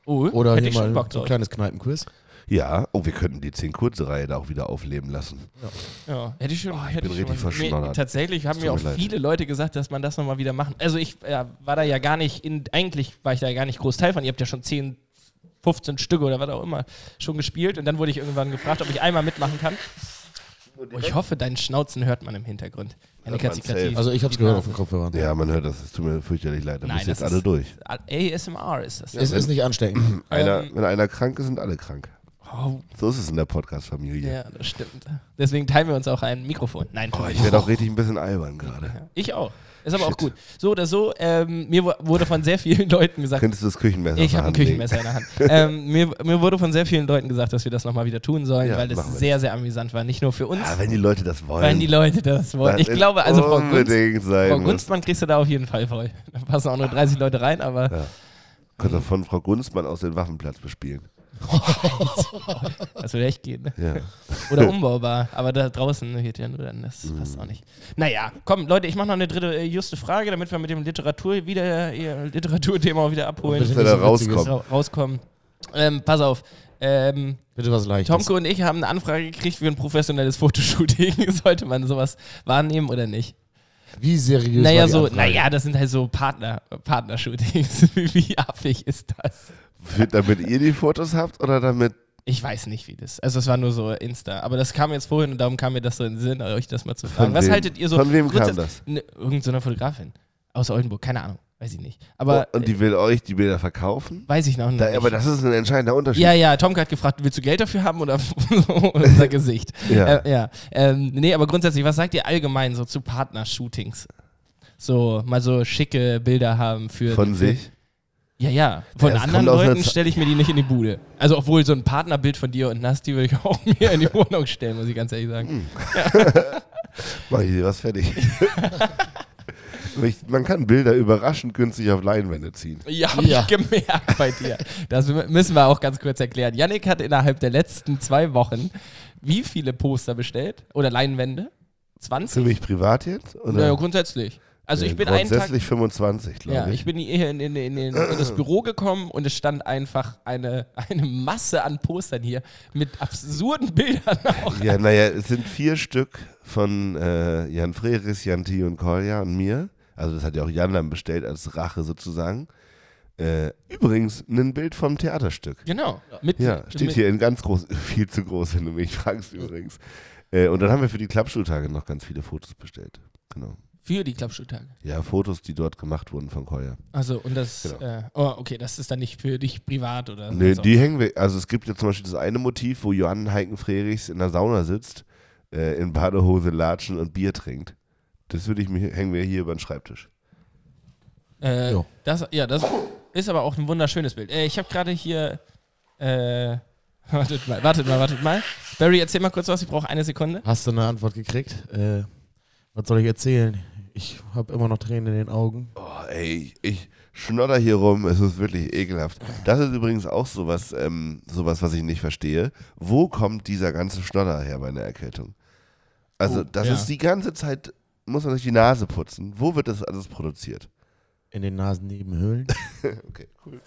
Oh,
Oder
hätte
hier
ich schon
mal
Bock
so ein
drauf.
kleines Kneipenquiz.
Ja, oh, wir könnten die zehn kurze Reihe da auch wieder aufleben lassen.
Ja, hätte ich schon.
Ah, ich
hätte
bin
ich schon
richtig
mal-
verschnoddert.
tatsächlich haben
Es
mir
tut
auch
mir leid.
viele Leute gesagt, dass man das nochmal wieder machen. Also ich äh, war da ja gar nicht, in, eigentlich war ich da ja gar nicht groß Teil von. Ihr habt ja schon 10, 15 Stücke oder was auch immer schon gespielt. Und dann wurde ich irgendwann gefragt, ob ich einmal mitmachen kann. Oh, ich hoffe, deinen Schnauzen hört man im Hintergrund. Janik hat
man
sich grad die-
safe.
Also ich hab's
die
gehört auf
Nase-
dem Kopfhörer.
Ja, man hört das, es tut mir fürchterlich leid, da
Nein,
müssen jetzt
das
alle
ist-
durch.
ASMR ist das.
Es ist nicht ansteckend.
Einer,
Ähm,
wenn einer krank ist, sind alle krank.
Oh,
So ist es in der Podcast-Familie.
ja, das stimmt. Deswegen teilen wir uns auch ein Mikrofon. Nein,
Oh, ich werde auch richtig ein bisschen albern gerade.
Ja, Ich auch. Ist aber auch
Shit.
gut. So oder so, ähm, mir wu- wurde von sehr vielen [LAUGHS] Leuten gesagt,
Könntest du das Küchenmesser
ich
auf der
habe ein
Hand legen?
Küchenmesser in der Hand. ähm, mir, mir wurde von sehr vielen Leuten gesagt, dass wir das nochmal wieder tun sollen,
Ja,
weil
machen wir
es sehr, sehr amüsant war. Nicht nur für uns,
Ah, wenn die Leute das wollen.
weil die Leute das wollen. Ich
dann
glaube, also Frau, Gunst,
unbedingt sein
Frau
muss.
Gunstmann kriegst du da auf jeden Fall voll. Da passen auch nur 30 Leute rein, aber
Kannst du von Frau Gunstmann aus den Waffenplatz bespielen.
das würde echt gehen. Ne?
Ja. [LAUGHS]
Oder umbaubar. Aber da draußen geht ja nur dann, das passt
Mhm.
auch nicht. Naja, komm, Leute, ich mache noch eine dritte äh, juste Frage, damit wir mit dem Literatur wieder, ihr Literaturthema auch wieder abholen.
Bitte
Wenn
nicht
er
so Witziges.
rauskommt.
ra rauskommen. Ähm, pass auf. Ähm,
Bitte was leichtes.
Tomke und ich haben eine Anfrage gekriegt für ein professionelles Fotoshooting. [LAUGHS] Sollte man sowas wahrnehmen oder nicht?
Wie seriös war
naja,
die
so,
Anfrage?
naja, das sind halt so Partner, Partnershootings. [LAUGHS] wie, wie affig ist das?
Für- Damit ihr die Fotos habt oder damit.
Ich weiß nicht, wie das. Also es war nur so Insta. Aber das kam jetzt vorhin und darum kam mir das so in den Sinn, euch das mal zu fragen. Was
wem?
haltet ihr so?
Von wem kam
grundsätzlich-
das?
Ne, irgend so einer Fotografin aus Oldenburg, keine Ahnung, weiß ich nicht. Aber
Oh, und die will euch die Bilder verkaufen?
äh, weiß ich noch nicht.
Da, aber das ist ein entscheidender Unterschied.
Ja, ja, Tomke hat gefragt, willst du Geld dafür haben oder [LAUGHS] unser Gesicht?
Ja.
Äh, ja. Ähm, nee, aber grundsätzlich, was sagt ihr allgemein so zu Partnershootings? So, mal so schicke Bilder haben für.
Von
für,
sich.
Ja, ja. Von
Ja, es
anderen
kommt aus einer
Leuten
Ze-
stelle ich mir die nicht in die Bude. Also, obwohl so ein Partnerbild von dir und Nasti würde ich [LAUGHS] auch mir in die Wohnung stellen, muss ich ganz ehrlich
Hm.
sagen.
Mach ich dir was fertig. Ich- Man kann Bilder überraschend günstig auf Leinwände ziehen.
Ja, hab
Ja.
ich gemerkt bei dir. Das mü- müssen wir auch ganz kurz erklären. Yannick hat innerhalb der letzten zwei Wochen wie viele Poster bestellt? Oder Leinwände? 20?
Für mich privat jetzt? Oder?
Naja, grundsätzlich. Also ich bin einen Tag.
grundsätzlich 25, glaube
Ja,
ich.
ich bin hier in, in, in, in, in das Büro gekommen und es stand einfach eine, eine Masse an Postern hier mit absurden [LAUGHS] Bildern auch.
Ja, naja, es sind vier Stück von äh, Jan Freris, Jan T. und Kolja und mir. Also das hat ja auch Jan dann bestellt als Rache sozusagen. Äh, übrigens, ein Bild vom Theaterstück.
Genau. Mit,
Ja, steht
mit,
hier in ganz groß, [LAUGHS] viel zu groß, wenn du mich fragst übrigens. Äh, und dann haben wir für die Klappschultage noch ganz viele Fotos bestellt. Genau.
Für die Klappschultage.
Ja, Fotos, die dort gemacht wurden von Kolja.
Also und das.
Genau.
Äh, oh, okay, das ist dann nicht für dich privat oder
Nö,
so.
die hängen wir. Also es gibt ja zum Beispiel das eine Motiv, wo Johann Heiken Frerichs in der Sauna sitzt, äh, in Badehose latschen und Bier trinkt. Das würde ich mir, hängen wir hier über den Schreibtisch.
Äh,
Jo.
das, ja, das ist aber auch ein wunderschönes Bild. Äh, ich habe gerade hier. Äh, [LAUGHS] wartet mal, wartet mal, wartet mal. Barry, erzähl mal kurz was, ich brauche eine Sekunde.
Hast du eine Antwort gekriegt? Äh, was soll ich erzählen? Ich habe immer noch Tränen in den Augen.
Oh, ey, ich, ich schnodder hier rum. Es ist wirklich ekelhaft. Das ist übrigens auch sowas, ähm, sowas, was ich nicht verstehe. Wo kommt dieser ganze Schnodder her bei einer Erkältung? Also,
Oh,
das
ja.
ist die ganze Zeit muss man sich die Nase putzen. Wo wird das alles produziert? [LAUGHS]
In den Nasennebenhöhlen.
Okay, cool.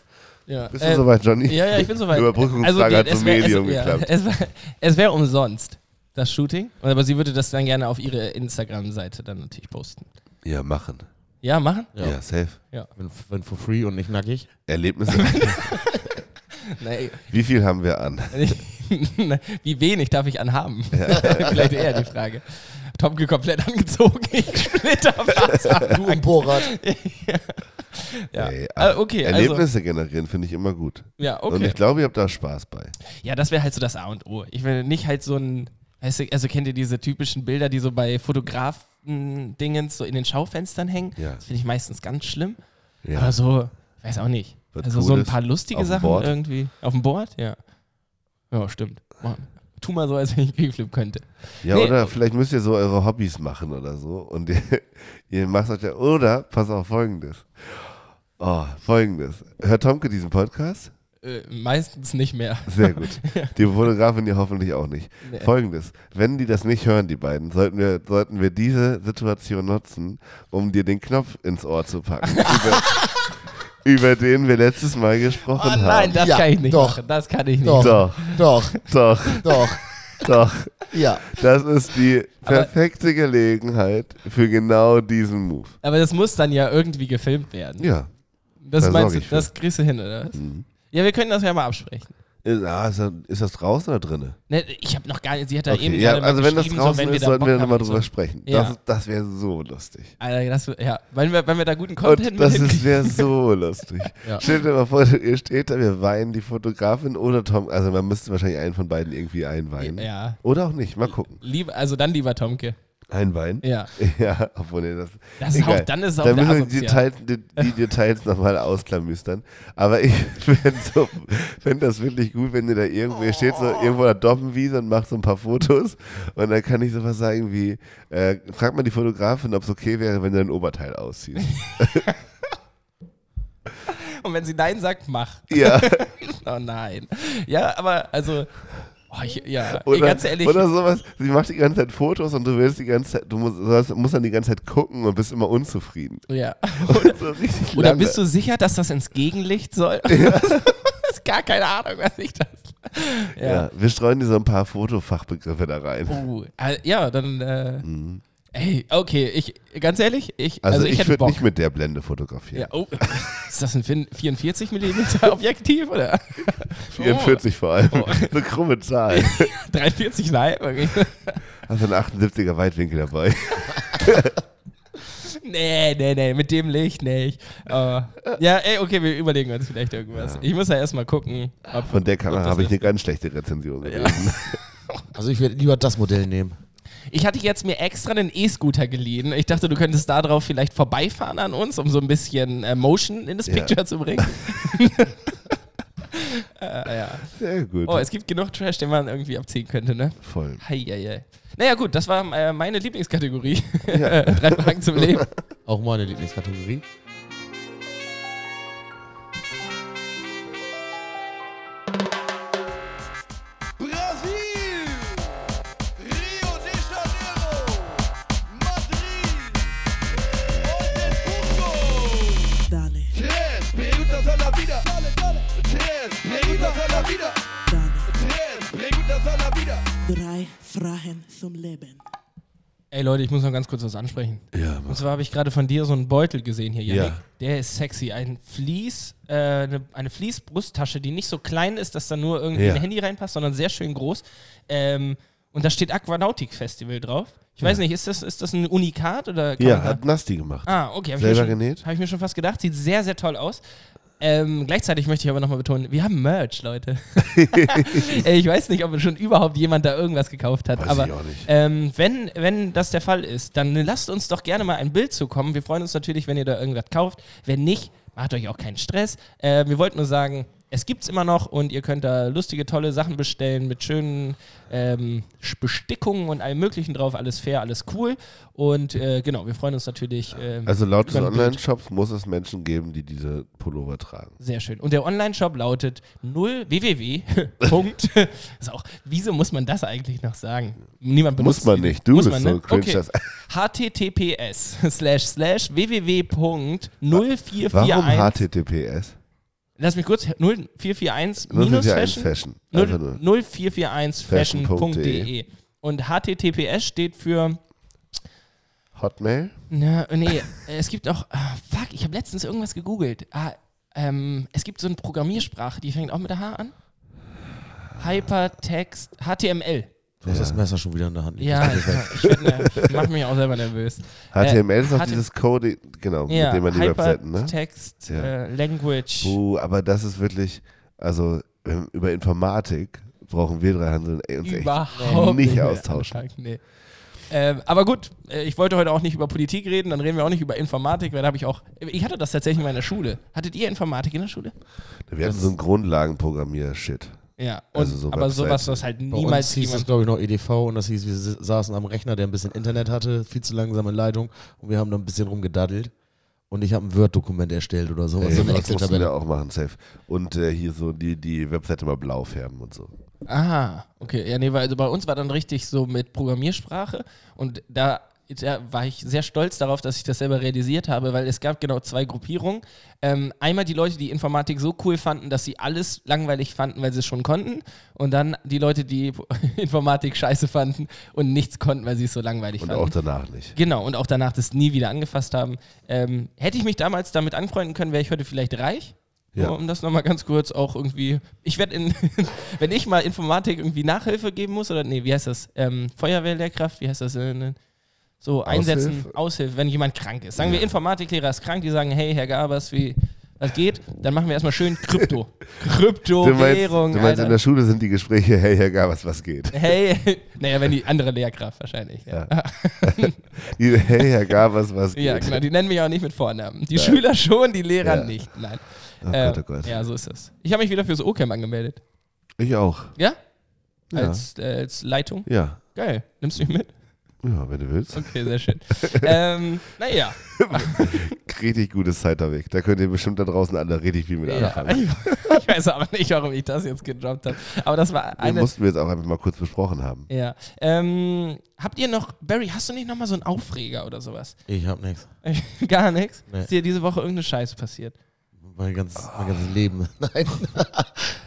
Ja.
Bist du soweit, Johnny?
Ja, ja, ich bin
[LAUGHS]
soweit.
Überbrückungsfrage hat
die- es
zum
wär-
Medium
es,
geklappt.
Ja, es wär- es wäre umsonst, das Shooting. Aber sie würde das dann gerne auf ihre Instagram-Seite dann natürlich posten.
Ja, machen.
[LAUGHS]
[LAUGHS]
Ja, machen?
Ja, safe.
Wenn, wenn for free und nicht nackig.
[LAUGHS]
Erlebnisse.
Nee.
Wie viel haben wir an?
[LAUGHS] Wie wenig darf ich anhaben? [LAUGHS] Vielleicht eher die Frage. Tomke komplett angezogen, ich splitter
[LAUGHS]
fast ab.
Du und
[LAUGHS]
Borat.
Ja.
Ey,
Ah, okay, also,
Erlebnisse generieren finde ich immer gut.
ja,
Und
okay.
ich glaube, ihr habt da Spaß bei.
Ja, das wäre halt so das A und O. Ich will nicht halt so ein, weißt du, also kennt ihr diese typischen Bilder, die so bei Fotografen-Dingens so in den Schaufenstern hängen?
Ja.
Das finde ich meistens ganz schlimm.
Ja.
Aber so, ich weiß auch nicht.
Was
also so ein
Cooles
paar lustige
auf dem
Sachen
Board?
irgendwie. Auf dem Board? Ja. Ja, stimmt. Mach- Tu mal so, als wenn ich Kickflip könnte.
Ja,
Nee.
oder vielleicht müsst ihr so eure Hobbys machen oder so. Und [LAUGHS] ihr, ihr macht euch ja. Oder, pass auf, folgendes. Oh, folgendes. Hört Tomke diesen Podcast?
Äh, meistens nicht mehr.
Sehr
[LAUGHS]
gut. Die Fotografin ja hoffentlich auch nicht.
Nee.
Folgendes. Wenn die das nicht hören, die beiden, sollten wir, sollten wir diese Situation nutzen, um dir den Knopf ins Ohr zu packen.
[LAUGHS]
über, über den wir letztes Mal gesprochen
Oh nein,
haben.
das
Ja,
kann ich nicht
doch.
machen. Das kann ich nicht.
Doch.
Doch,
Doch,
doch,
doch.
doch.
Ja.
Das ist die
Aber-
perfekte Gelegenheit für genau diesen Move.
Aber das muss dann ja irgendwie gefilmt werden.
Ja.
Das
da sorg
meinst du,
ich für.
das kriegst du hin, oder was?
Mhm.
Ja, wir können das ja mal absprechen.
Ist, ah, ist, das, ist das draußen oder drinnen?
Ne, ich habe noch gar nicht, sie hat da eben
ja,
gerade mal
also wenn das
geschrieben,
draußen
so, wenn wir
ist,
da
sollten wir
Bock
nochmal
haben,
drüber
so.
sprechen.
Ja.
Das, das wäre so lustig.
Alter, das, ja, wenn wir, wenn wir da guten Content
Und das
mit
ist- wäre so
[LAUGHS]
lustig.
Ja.
Stell dir mal vor, ihr steht da, wir weinen die Fotografin oder Tom. Also man müsste wahrscheinlich einen von beiden irgendwie einweihen.
Ja,
Oder auch nicht, mal gucken.
lieb, also dann lieber Tomke.
Einweihen?
Ja.
[LAUGHS] Ja, obwohl nee, das,
Das ist
egal.
auch- dann ist es auch
Dann
wieder
müssen wir die
asozial.
Details, die, die Details nochmal ausklamüstern. Aber ich [LAUGHS] fände so, fänd das wirklich gut, wenn ihr da irgendwo, ihr steht so irgendwo an der Dompenwiese und macht so ein paar Fotos und dann kann ich sowas sagen wie, äh, frag mal die Fotografin, ob es okay wäre, wenn du dein Oberteil
[LAUGHS]
ausziehst.
Und wenn sie Nein sagt, mach.
ja.
Oh nein. Ja, aber also, oh, ich, ja, ey,
Oder,
ganz ehrlich,
oder sowas, sie macht die ganze Zeit Fotos und du willst die ganze Zeit, du musst, sollst- musst dann die ganze Zeit gucken und bist immer
[LAUGHS]
unzufrieden.
ja.
so richtig
Oder
lange.
bist du sicher, dass das ins Gegenlicht
[LAUGHS]
soll? Ja. [LAUGHS] ist gar keine Ahnung, was ich das. Ja.
Ja, wir streuen dir so ein paar Fotofachbegriffe da rein.
Oh, äh, ja, dann. Äh, Ey, okay, ich, ganz ehrlich, ich,
Mhm. Also, ich,
hätte
würde
Bock.
nicht mit der Blende
Ja,
fotografieren.
oh. [LAUGHS] Ist das ein 44 mm [LAUGHS] Objektiv oder
44 vor allem. [LAUGHS]
Oh.
Eine krumme Zahl.
[LAUGHS] 43 nein? Okay.
Hast du einen 78er Weitwinkel dabei?
[LAUGHS] Nee, nee, nee, mit dem Licht nicht. Aber- ja, ey, okay, wir überlegen uns vielleicht irgendwas. Ich muss ja erstmal gucken. Ob,
Von der
ob
Kamera
das
habe ich
ist.
eine ganz schlechte Rezension gelesen.
Also ich werde lieber das Modell nehmen.
Ich hatte jetzt mir extra einen E-Scooter geliehen. Ich dachte, du könntest da drauf vielleicht vorbeifahren an uns, um so ein bisschen äh, Motion in das
Ja.
Picture zu [LAUGHS] bringen. äh, ja.
Sehr gut.
Oh, es gibt genug Trash, den man irgendwie abziehen könnte, ne?
Voll.
Heieiei. Naja, gut, das war äh, meine Lieblingskategorie. [LAUGHS] Drei Fragen zum Leben.
Auch meine Lieblingskategorie.
Brasil, Rio de Janeiro, Madrid und den Punto.
Dale,
Tres preguntas a la vida. Tres preguntas a la vida.
Dale.
Tres preguntas a la vida.
Drei Fragen zum Leben.
Ey Leute, ich muss noch ganz kurz was ansprechen.
Ja,
Und
mach.
zwar habe ich gerade von dir so einen Beutel gesehen hier, Janik.
Ja.
Der ist sexy. Ein Vlies, äh, eine, eine Vlies-Brusttasche, die nicht so klein ist, dass da nur irgendwie
Ja.
ein Handy reinpasst, sondern sehr schön groß. Ähm, und da steht Aquanautik Festival drauf. Ich weiß nicht, ist das, ist das ein Unikat oder kann
ja,
man da-
hat Nasti gemacht.
Ah, okay. Hab
Selber
ich mir schon,
genäht?
Habe ich mir schon fast gedacht. Sieht sehr, sehr toll aus. Ähm, gleichzeitig möchte ich aber nochmal betonen, wir haben Merch,
[LAUGHS]
Leute. [LAUGHS] Ey, ich weiß nicht, ob schon überhaupt jemand da irgendwas gekauft hat.
Weiß
aber
ich auch nicht.
Ähm, wenn, wenn das der Fall ist, dann lasst uns doch gerne mal ein Bild zukommen. Wir freuen uns natürlich, wenn ihr da irgendwas kauft. Wenn nicht, macht euch auch keinen Stress. Äh, Ähm, wir wollten nur sagen, Es gibt's immer noch und ihr könnt da lustige, tolle Sachen bestellen mit schönen ähm, Bestickungen und allem Möglichen drauf. Alles fair, alles cool. Und äh, genau, wir freuen uns natürlich. Ähm,
Also laut des
über ein Bild.
Online-Shops muss es Menschen geben, die diese Pullover tragen.
Sehr schön. Und der Online-Shop lautet 0 www. [LAUGHS]
[LAUGHS]
Punkt. ist auch, wieso muss man das eigentlich noch sagen? Niemand benutzt
Muss man
die.
nicht. Du
Muss
bist
man,
so
ne?
cringe.
Okay.
dass-
https [LAUGHS] slash slash www.0441
Warum HTTPS?
Lass mich kurz 0441
Nur für
minus
die einen
fashion
Fashion. Einfach nur.
0441 fashion.de
Fashion.de.
E. und https steht für
Hotmail?
Na, nee, es gibt auch. ah, Fuck, ich habe letztens irgendwas gegoogelt. Ah, ähm, es gibt so eine Programmiersprache, die fängt auch mit der H an. Hypertext HTML.
Du hast das Messer schon wieder in der Hand.
[LAUGHS]
Ja, ich, ich, werd ner- ich mache mich auch selber nervös.
HTML ist auch
HT
dieses Coding, genau,
Ja,
mit dem man die Webseiten, ne?
Hypertext
Ja.
äh, Language.
Puh, aber das ist wirklich, also ähm, über Informatik brauchen wir drei Handeln ey, uns
überhaupt
nicht
mehr
austauschen.
anfangen, Nee. Ähm, aber gut, äh, ich wollte heute auch nicht über Politik reden, dann reden wir auch nicht über Informatik, weil da habe ich auch. Ich hatte das tatsächlich in meiner Schule. Hattet ihr Informatik in der Schule?
echt. Wir hatten so einen Grundlagenprogrammier-Shit.
Ja, und,
Also so
aber sowas,
Webseiten.
was halt
Bei
niemals
uns hieß es,
jemand.
glaube ich, noch EDV und das hieß, wir si- saßen am Rechner, der ein bisschen Internet hatte, viel zu langsame Leitung und wir haben da ein bisschen rumgedaddelt und ich habe ein Word-Dokument erstellt oder so.
Ey,
so eine
das mussten wir
Excel-Tabelle.
auch machen, safe. Und äh, hier so die, die Webseite mal blau färben und so.
Aha, okay. Ja, nee, weil also bei uns war dann richtig so mit Programmiersprache und da, da war ich sehr stolz darauf, dass ich das selber realisiert habe, weil es gab genau zwei Gruppierungen. Ähm, einmal die Leute, die Informatik so cool fanden, dass sie alles langweilig fanden, weil sie es schon konnten. Und dann die Leute, die [LAUGHS] Informatik scheiße fanden und nichts konnten, weil sie es so langweilig
Und
fanden.
auch danach nicht.
Genau, und auch danach das nie wieder angefasst haben. Ähm, hätte ich mich damals damit anfreunden können, wäre ich heute vielleicht reich.
Ja.
Um das nochmal ganz kurz auch irgendwie. Ich werde in, [LAUGHS] wenn ich mal Informatik irgendwie Nachhilfe geben muss, oder nee, wie heißt das? Ähm, Feuerwehrlehrkraft, wie heißt das? Äh, So einsetzen, Aushilfe.
Aushilfe?
wenn jemand krank ist. Sagen wir, Informatiklehrer ist krank, die sagen, hey, Herr Gabers, wie das geht, dann machen wir erstmal schön
[LAUGHS]
Krypto.
Du meinst, du
Kryptowährung.
meinst in
Alter.
der Schule sind die Gespräche, hey, Herr Gabers, was geht?
Hey, [LAUGHS] naja, wenn die andere Lehrkraft wahrscheinlich. Ja.
Ja. Die, hey, Herr Gabers, was geht?
Ja, genau. Die nennen mich auch nicht mit Vornamen. Die Schüler schon, die Lehrer
Ja.
nicht. Nein.
Oh
Äh,
Gott, oh Gott.
Ja, so ist das. Ich habe mich wieder fürs O-Camp angemeldet.
Ich auch.
Ja?
Ja.
Als, äh, als Leitung.
Ja.
Geil. Nimmst du
[LAUGHS]
mich mit?
Ja, wenn du willst.
Okay, sehr schön. ähm, naja.
Richtig gutes Zeiterweg. Da könnt ihr bestimmt da draußen alle richtig viel mit
Ja.
anfangen.
Ich, [LAUGHS] ich weiß aber nicht, warum ich das jetzt gedroppt habe. Aber das war
Den
eine.
mussten wir jetzt auch einfach mal kurz besprochen haben.
Ja. Ähm, habt ihr noch, Barry, hast du nicht nochmal so einen Aufreger oder sowas? [LAUGHS]
Ich habe nichts.
Gar nichts?
Nee.
Ist dir diese Woche irgendeine Scheiße passiert?
Mein, ganz, mein ganzes Leben. [LAUGHS] Nein.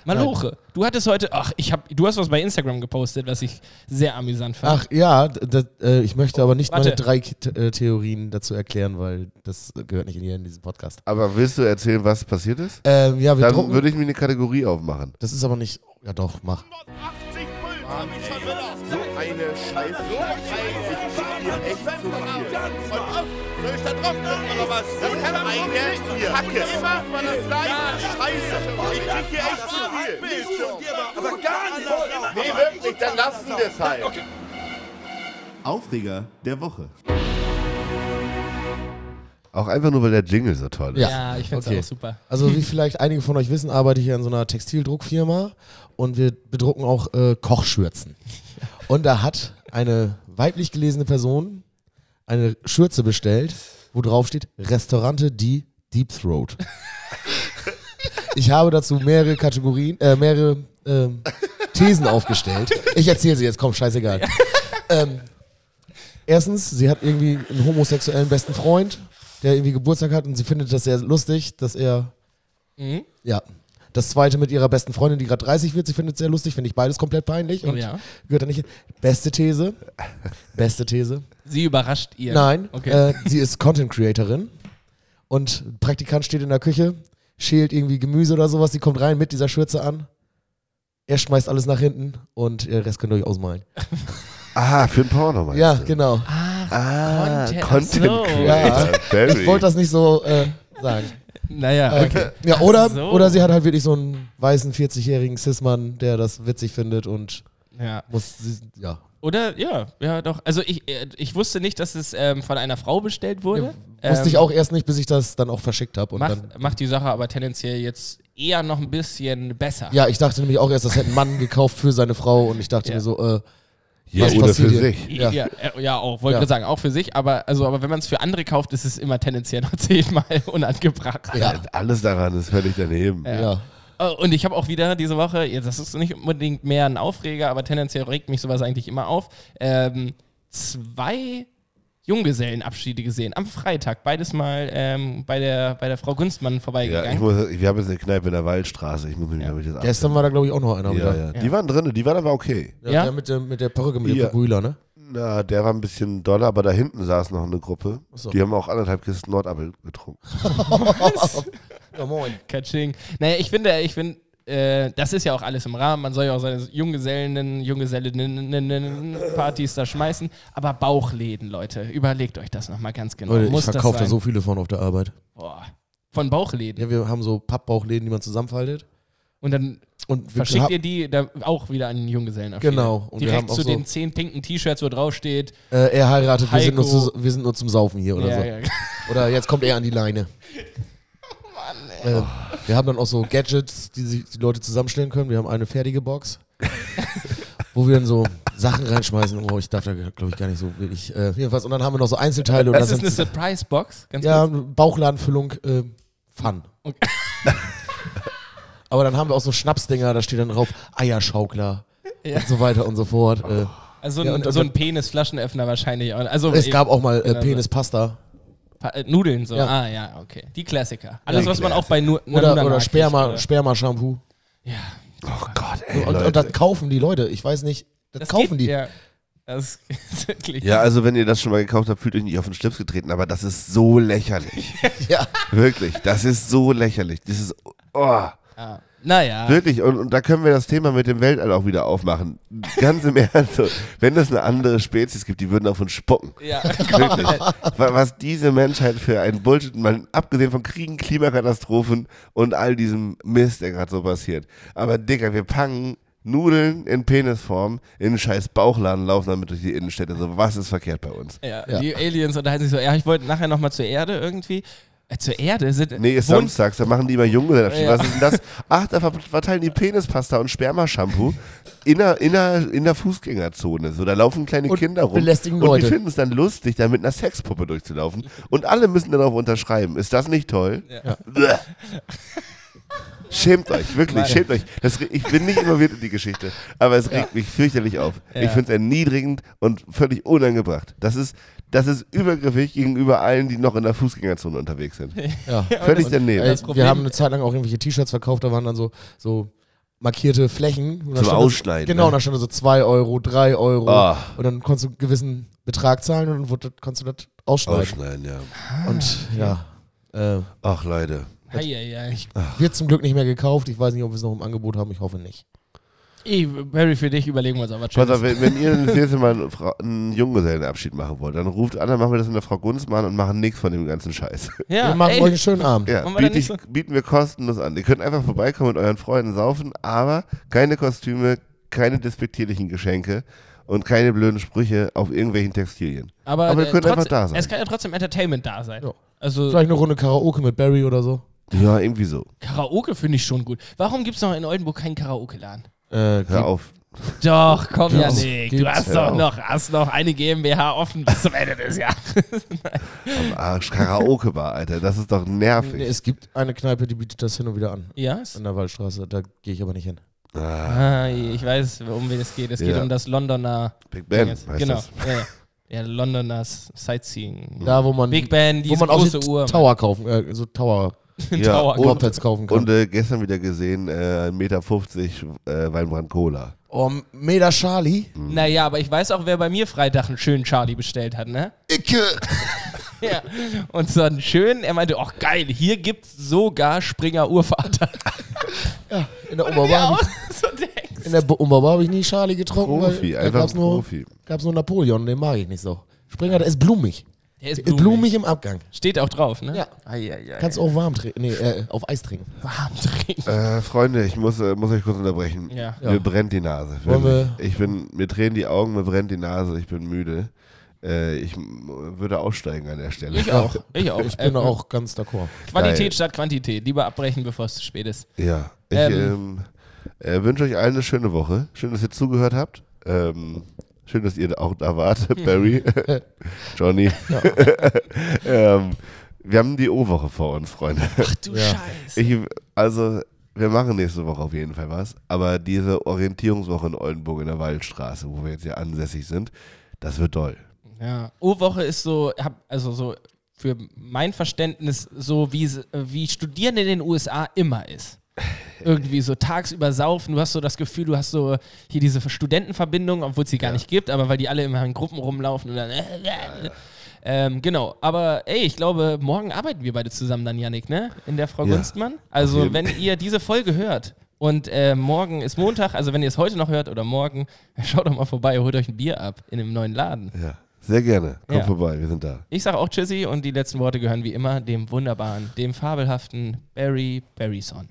Maloche, du hattest heute, ach, ich hab, du hast was bei Instagram gepostet, was ich sehr amüsant fand.
Ach ja, d- d- äh, ich möchte aber nicht
Warte.
meine drei K- T- äh, Theorien dazu erklären, weil das gehört nicht in, hier in diesen Podcast.
Aber willst du erzählen, was passiert ist?
Ähm, ja, wir
Dann
drucken-
würde ich mir eine Kategorie aufmachen.
das ist aber nicht. Ja doch, mach.
So eine Scheiße. So eine Scheiße. Echt zu viel. Und soll ich da drauf drücken oder was? Das ist eine Kacke. Immer war das gleiche. Scheiße. Ich krieg hier echt zu viel. Nee, wirklich, dann lassen wir es halt.
Aufreger der Woche. Auch einfach nur, weil der Jingle so toll ist.
Ja.
Ja, ich finde es
Okay.
auch super.
Also wie vielleicht einige von euch wissen, arbeite ich ja in so einer Textildruckfirma und wir bedrucken auch äh, Kochschürzen. Und da hat eine weiblich gelesene Person eine Schürze bestellt, wo drauf steht Restaurante die Deep Throat. Ich habe dazu mehrere Kategorien, äh, mehrere ähm, Thesen aufgestellt. Ich erzähle sie jetzt, komm, scheißegal. Ähm, erstens, sie hat irgendwie einen homosexuellen besten Freund, der irgendwie Geburtstag hat und sie findet das sehr lustig, dass er. Ja. Das zweite mit ihrer besten Freundin, die gerade 30 wird, sie findet es sehr lustig, finde ich beides komplett peinlich und
Oh ja.
gehört da nicht hin. Beste These. Beste
[LAUGHS]
These.
Sie überrascht ihr.
Nein,
Okay.
äh, sie ist Content Creatorin und ein Praktikant steht in der Küche, schält irgendwie Gemüse oder sowas, die kommt rein mit dieser Schürze an. Er schmeißt alles nach hinten und der Rest könnt ihr euch ausmalen.
Ah, für ein Porno meinst
Ja,
du?
genau.
Ah,
Content-
Content,
Ach so.
Creator. Barry.
Ich wollte das nicht so äh,
[LAUGHS]
sagen.
Naja,
Äh,
okay.
Ja, oder,
so.
oder sie hat halt wirklich so einen weißen 40-jährigen Cis-Mann, der das witzig findet und
Ja.
muss, sie, ja.
Oder? Ja, ja, doch. Also ich, äh, ich wusste nicht, dass es ähm, von einer Frau bestellt wurde.
Wusste ich
Ähm,
auch erst nicht, bis ich das dann auch verschickt habe. und dann-
Macht, macht die Sache aber tendenziell jetzt eher noch ein bisschen besser.
Ja, ich dachte nämlich auch erst, das hätte ein Mann gekauft für seine Frau und ich dachte
Ja.
mir so, äh,
Ja,
Was
oder für
passiert hier?
sich.
Ja,
Ja.
ja, äh, ja auch, wollte
Ja.
gerade sagen, auch für sich, aber, also, aber wenn man es für andere kauft, ist es immer tendenziell noch [LAUGHS] zehnmal unangebracht.
ja,
Alles daran ist völlig daneben.
ja.
Äh, Und ich habe auch wieder diese Woche, ja, das ist nicht unbedingt mehr ein Aufreger, aber tendenziell regt mich sowas eigentlich immer auf, ähm, zwei Junggesellenabschiede gesehen am Freitag, beides mal ähm, bei, der, bei der Frau Günstmann
Ja, ich
vorbeigegangen.
muss, wir haben jetzt eine Kneipe in der Waldstraße. Ich muss mich, glaube ich, das
Gestern war da, glaube ich, auch noch einer
ab-
wieder.
ja, ja.
Ja.
Die waren drin, die waren aber okay.
Ja,
Ja?
Der mit, der, mit der Perücke, mit
Ja.
dem Brühler,
[LAUGHS]
ne?
Na, der war ein bisschen doller, aber da hinten saß noch eine Gruppe.
so.
Die haben auch anderthalb Kisten Nordappel getrunken.
Ja, moin.
Katsching. Naja, ich finde, ich finde, äh, das ist ja auch alles im Rahmen. Man soll ja auch seine Junggesellen, Junggesellinnen-Partys da schmeißen. Aber Bauchläden, Leute, überlegt euch das nochmal ganz genau.
Leute, ich
Muss
verkaufe da
das
so
sein?
viele von auf der Arbeit.
Boah. Von Bauchläden.
Ja, wir haben so Pappbauchläden, die man zusammenfaltet.
Und dann
Und wir
verschickt
hab-
ihr die da auch wieder an den Junggesellen.
Genau. Und wir
Direkt
haben auch
zu
so-
den zehn pinken T-Shirts, wo drauf steht.
äh, er heiratet, wir sind, nur
Heiko.
zu, wir sind nur zum Saufen hier oder
ja,
so.
ja.
Oder jetzt kommt er an die Leine. Oh Mann, ey. wir haben dann auch so Gadgets, die sich die Leute zusammenstellen können. Wir haben eine fertige [LAUGHS] Box, wo wir dann so Sachen reinschmeißen. Oh, ich darf da, glaube ich, gar nicht so wirklich. Äh, jedenfalls. Und dann haben wir noch so Einzelteile. Und
Das ist eine
sind,
Surprise-Box. Ganz
ja,
kurz.
Bauchladenfüllung, äh, Fun.
Okay.
[LAUGHS] Aber dann haben wir auch so Schnapsdinger, da steht dann drauf Eierschaukler
Ja.
und so weiter und so fort. Äh,
Also
Ja,
ein,
und-
so ein
und-
Penis-Flaschenöffner wahrscheinlich. auch. Also
es
eben
gab auch mal äh,
genau so.
Penispasta
pa- äh, Nudeln so.
Ja.
Ah ja, okay. Die Klassiker. Alles,
Die
was man auch bei nur
oder, oder Sperma- Sperma-Shampoo.
Oh Gott, ey.
und,
Leute.
und das kaufen die Leute. Ich weiß nicht, das, kaufen
geht,
die.
Ja. Das [LAUGHS] ist wirklich.
ja, also wenn ihr das schon mal gekauft habt, fühlt euch nicht auf den Schlips getreten, aber das ist so lächerlich.
[LAUGHS] Ja.
Wirklich, das ist so lächerlich. Das ist, oh,
Ah. Naja.
wirklich. Und, und da können wir das Thema mit dem Weltall auch wieder aufmachen. Ganz im [LAUGHS] Ernst. so, Wenn es eine andere Spezies gibt, die würden auf uns spucken.
Ja. [LAUGHS]
Wirklich. Wa- Was diese Menschheit für ein Bullshit, man, abgesehen von Kriegen, Klimakatastrophen und all diesem Mist, der gerade so passiert. Aber Digga, wir pangen Nudeln in Penisform in einen scheiß Bauchladen, laufen damit durch die Innenstädte. So, was ist verkehrt bei uns?
Ja,
Ja.
Die Aliens unterhalten sich so, ja, ich wollte nachher nochmal zur Erde irgendwie. Äh, zur Erde sind.
Nee, ist
wohnt-
samstags, da machen die immer Junggesellenabschied.
Ja.
Was ist denn das? Ach, da ver- verteilen die Penispasta und Spermashampoo in der, in, der, in der Fußgängerzone. So, da laufen kleine
Und
Kinder rum.
belästigen
und die
Leute.
finden es dann lustig, da mit einer Sexpuppe durchzulaufen. Und alle müssen darauf unterschreiben. Ist das nicht toll? Bleh. Schämt euch, wirklich, schämt euch. Das, re- ich bin nicht involviert in die Geschichte, aber es regt mich fürchterlich auf. Ich finde es erniedrigend und völlig unangebracht. Das ist, das ist übergriffig gegenüber allen, die noch in der Fußgängerzone unterwegs sind.
Ja.
[LAUGHS]
Völlig daneben.
Ey,
Das Problem-
wir haben eine Zeit lang auch irgendwelche T-Shirts verkauft, da waren dann so, so markierte Flächen. Und da
Zum
stand das-
Ausschneiden,
Genau,
ne?
und da stand da so 2 Euro, 3 Euro.
Ah.
Und dann konntest du einen gewissen Betrag zahlen und dann wurde, konntest du das ausschneiden.
Ausschneiden, ja.
Ah,
Und ja. Äh,
Ach, Leute.
Eieiei. Ich-
wird zum Glück nicht mehr gekauft. Ich weiß nicht, ob wir es noch im Angebot haben. Ich hoffe nicht.
Ey, Barry, für dich überlegen wir uns aber
Pass auf, wenn,
schön.
wenn ihr das nächste Mal einen, Fra- einen Junggesellenabschied machen wollt, dann ruft an, dann machen wir das mit der Frau Gunzmann und machen nichts von dem ganzen Scheiß.
Ja,
wir machen
ey,
euch einen schönen Abend.
Ja,
Wollen wir da
biet
nicht
ich, bieten wir kostenlos an. Ihr könnt einfach vorbeikommen mit euren Freunden saufen, aber keine Kostüme, keine despektierlichen Geschenke und keine blöden Sprüche auf irgendwelchen Textilien.
aber
aber ihr
äh,
könnt
trotzdem-
einfach da sein.
Es kann ja trotzdem Entertainment da sein.
Ja.
Also
Vielleicht eine Runde Karaoke mit Barry oder so.
Ja, irgendwie so.
Karaoke finde ich schon gut. Warum gibt es noch in Oldenburg keinen Karaoke-Laden?
Äh,
Hör auf.
Doch, komm,
Gibt's.
Janik. Du
Gibt's.
hast
Ja.
doch noch, hast noch eine GmbH offen bis zum Ende des
[LAUGHS]
Jahres.
Am Arsch. Karaoke-Bar, Alter. Das ist doch nervig.
nee, es gibt eine Kneipe, die bietet das hin und wieder an.
Ja?
In der Waldstraße. Da gehe ich aber nicht hin.
Ah, ich weiß, um wen es geht. Es geht
Ja.
um das Londoner.
Big Ben
Ding jetzt.
heißt
genau.
das.
Ja, ja. ja, Londoner
Hm.
Sightseeing.
Da, wo man,
Big Ben,
wo
diese
man auch
große
so
Uhr.
Tower kaufen, äh, so Tower
Ja,
Tower-
und,
Cocktails kaufen kann.
und äh, gestern wieder gesehen, äh, 1,50 Meter äh, Weinbrand Cola.
oh, Meda Charlie.
Naja, aber ich weiß auch, wer bei mir Freitag einen schönen Charlie bestellt hat, ne?
Icke.
Ja. Und so einen schönen, er meinte, ach geil, hier gibt's sogar Springer Urvater.
In der
Und ja,
Oberbar. hab
so denkst.
ich- In der Bo- Oberbar habe ich nie Charlie getrunken.
Profi,
weil da
einfach
gab's nur,
Profi.
Gab's nur Napoleon, den mag ich nicht so. Springer, der ist blumig.
Er ist blumig.
Äh, Blumig im Abgang.
Steht auch drauf, ne?
Ja.
Eieiei.
Kannst du auch warm trinken. Nee, äh, auf Eis trinken.
warm trinken.
Äh, Freunde, ich muss, äh, muss euch kurz unterbrechen.
Ja.
Mir brennt die Nase.
Wollen
wirklich. Ich bin, mir drehen die Augen, mir brennt die Nase, ich bin müde. Äh, ich m- würde aussteigen an der Stelle.
Ich auch. Ich auch.
Ich bin
Ähm,
auch ganz d'accord.
Qualität
Geil.
statt Quantität. Lieber abbrechen, bevor es zu spät ist.
Ja. Ich ähm,
Ähm.
äh, wünsche euch allen eine schöne Woche. Schön, dass ihr zugehört habt. Ähm, schön, dass ihr auch da
[LAUGHS]
wart, Barry, Johnny. [LAUGHS] ähm, wir haben die O-Woche vor uns, Freunde.
Du
Ja.
Scheiße.
Ich, also, wir machen nächste Woche auf jeden Fall was. Aber diese Orientierungswoche in Oldenburg in der Waldstraße, wo wir jetzt hier ansässig sind, das wird toll.
Ja. O-Woche ist so, hab, also so für mein Verständnis so, wie, es- äh, wie Studieren in den USA
[LAUGHS]
immer ist. Irgendwie so tagsüber saufen, du hast so das Gefühl, du hast so hier diese Studentenverbindung, obwohl es sie gar nicht gibt, aber weil die alle immer in Gruppen rumlaufen und dann. Äh, äh, äh. Ähm, genau, aber ey, ich glaube, morgen arbeiten wir beide zusammen dann, Yannick, ne? In der Frau
Ja.
Gunstmann. Also,
jeden-
wenn ihr diese Folge hört und äh, morgen ist Montag, also wenn ihr es heute noch hört oder morgen, [LAUGHS] schaut doch mal vorbei, holt euch ein Bier ab in dem neuen Laden.
Ja. Sehr gerne. Kommt
Ja.
vorbei, wir sind da.
Ich sage auch Tschüssi und die letzten Worte gehören wie immer dem wunderbaren, dem fabelhaften Barry Barryson.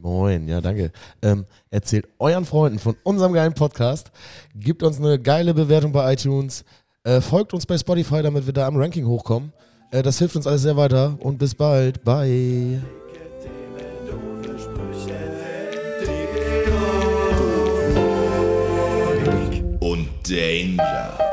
Moin, ja, danke. Ähm, erzählt euren Freunden von unserem geilen Podcast. Gebt uns eine geile Bewertung bei iTunes. Äh, folgt uns bei Spotify, damit wir da am Ranking hochkommen. Äh, das hilft uns alles sehr weiter. Und bis bald. Bye.
Doofe Sprüche. Dick,
und Danger.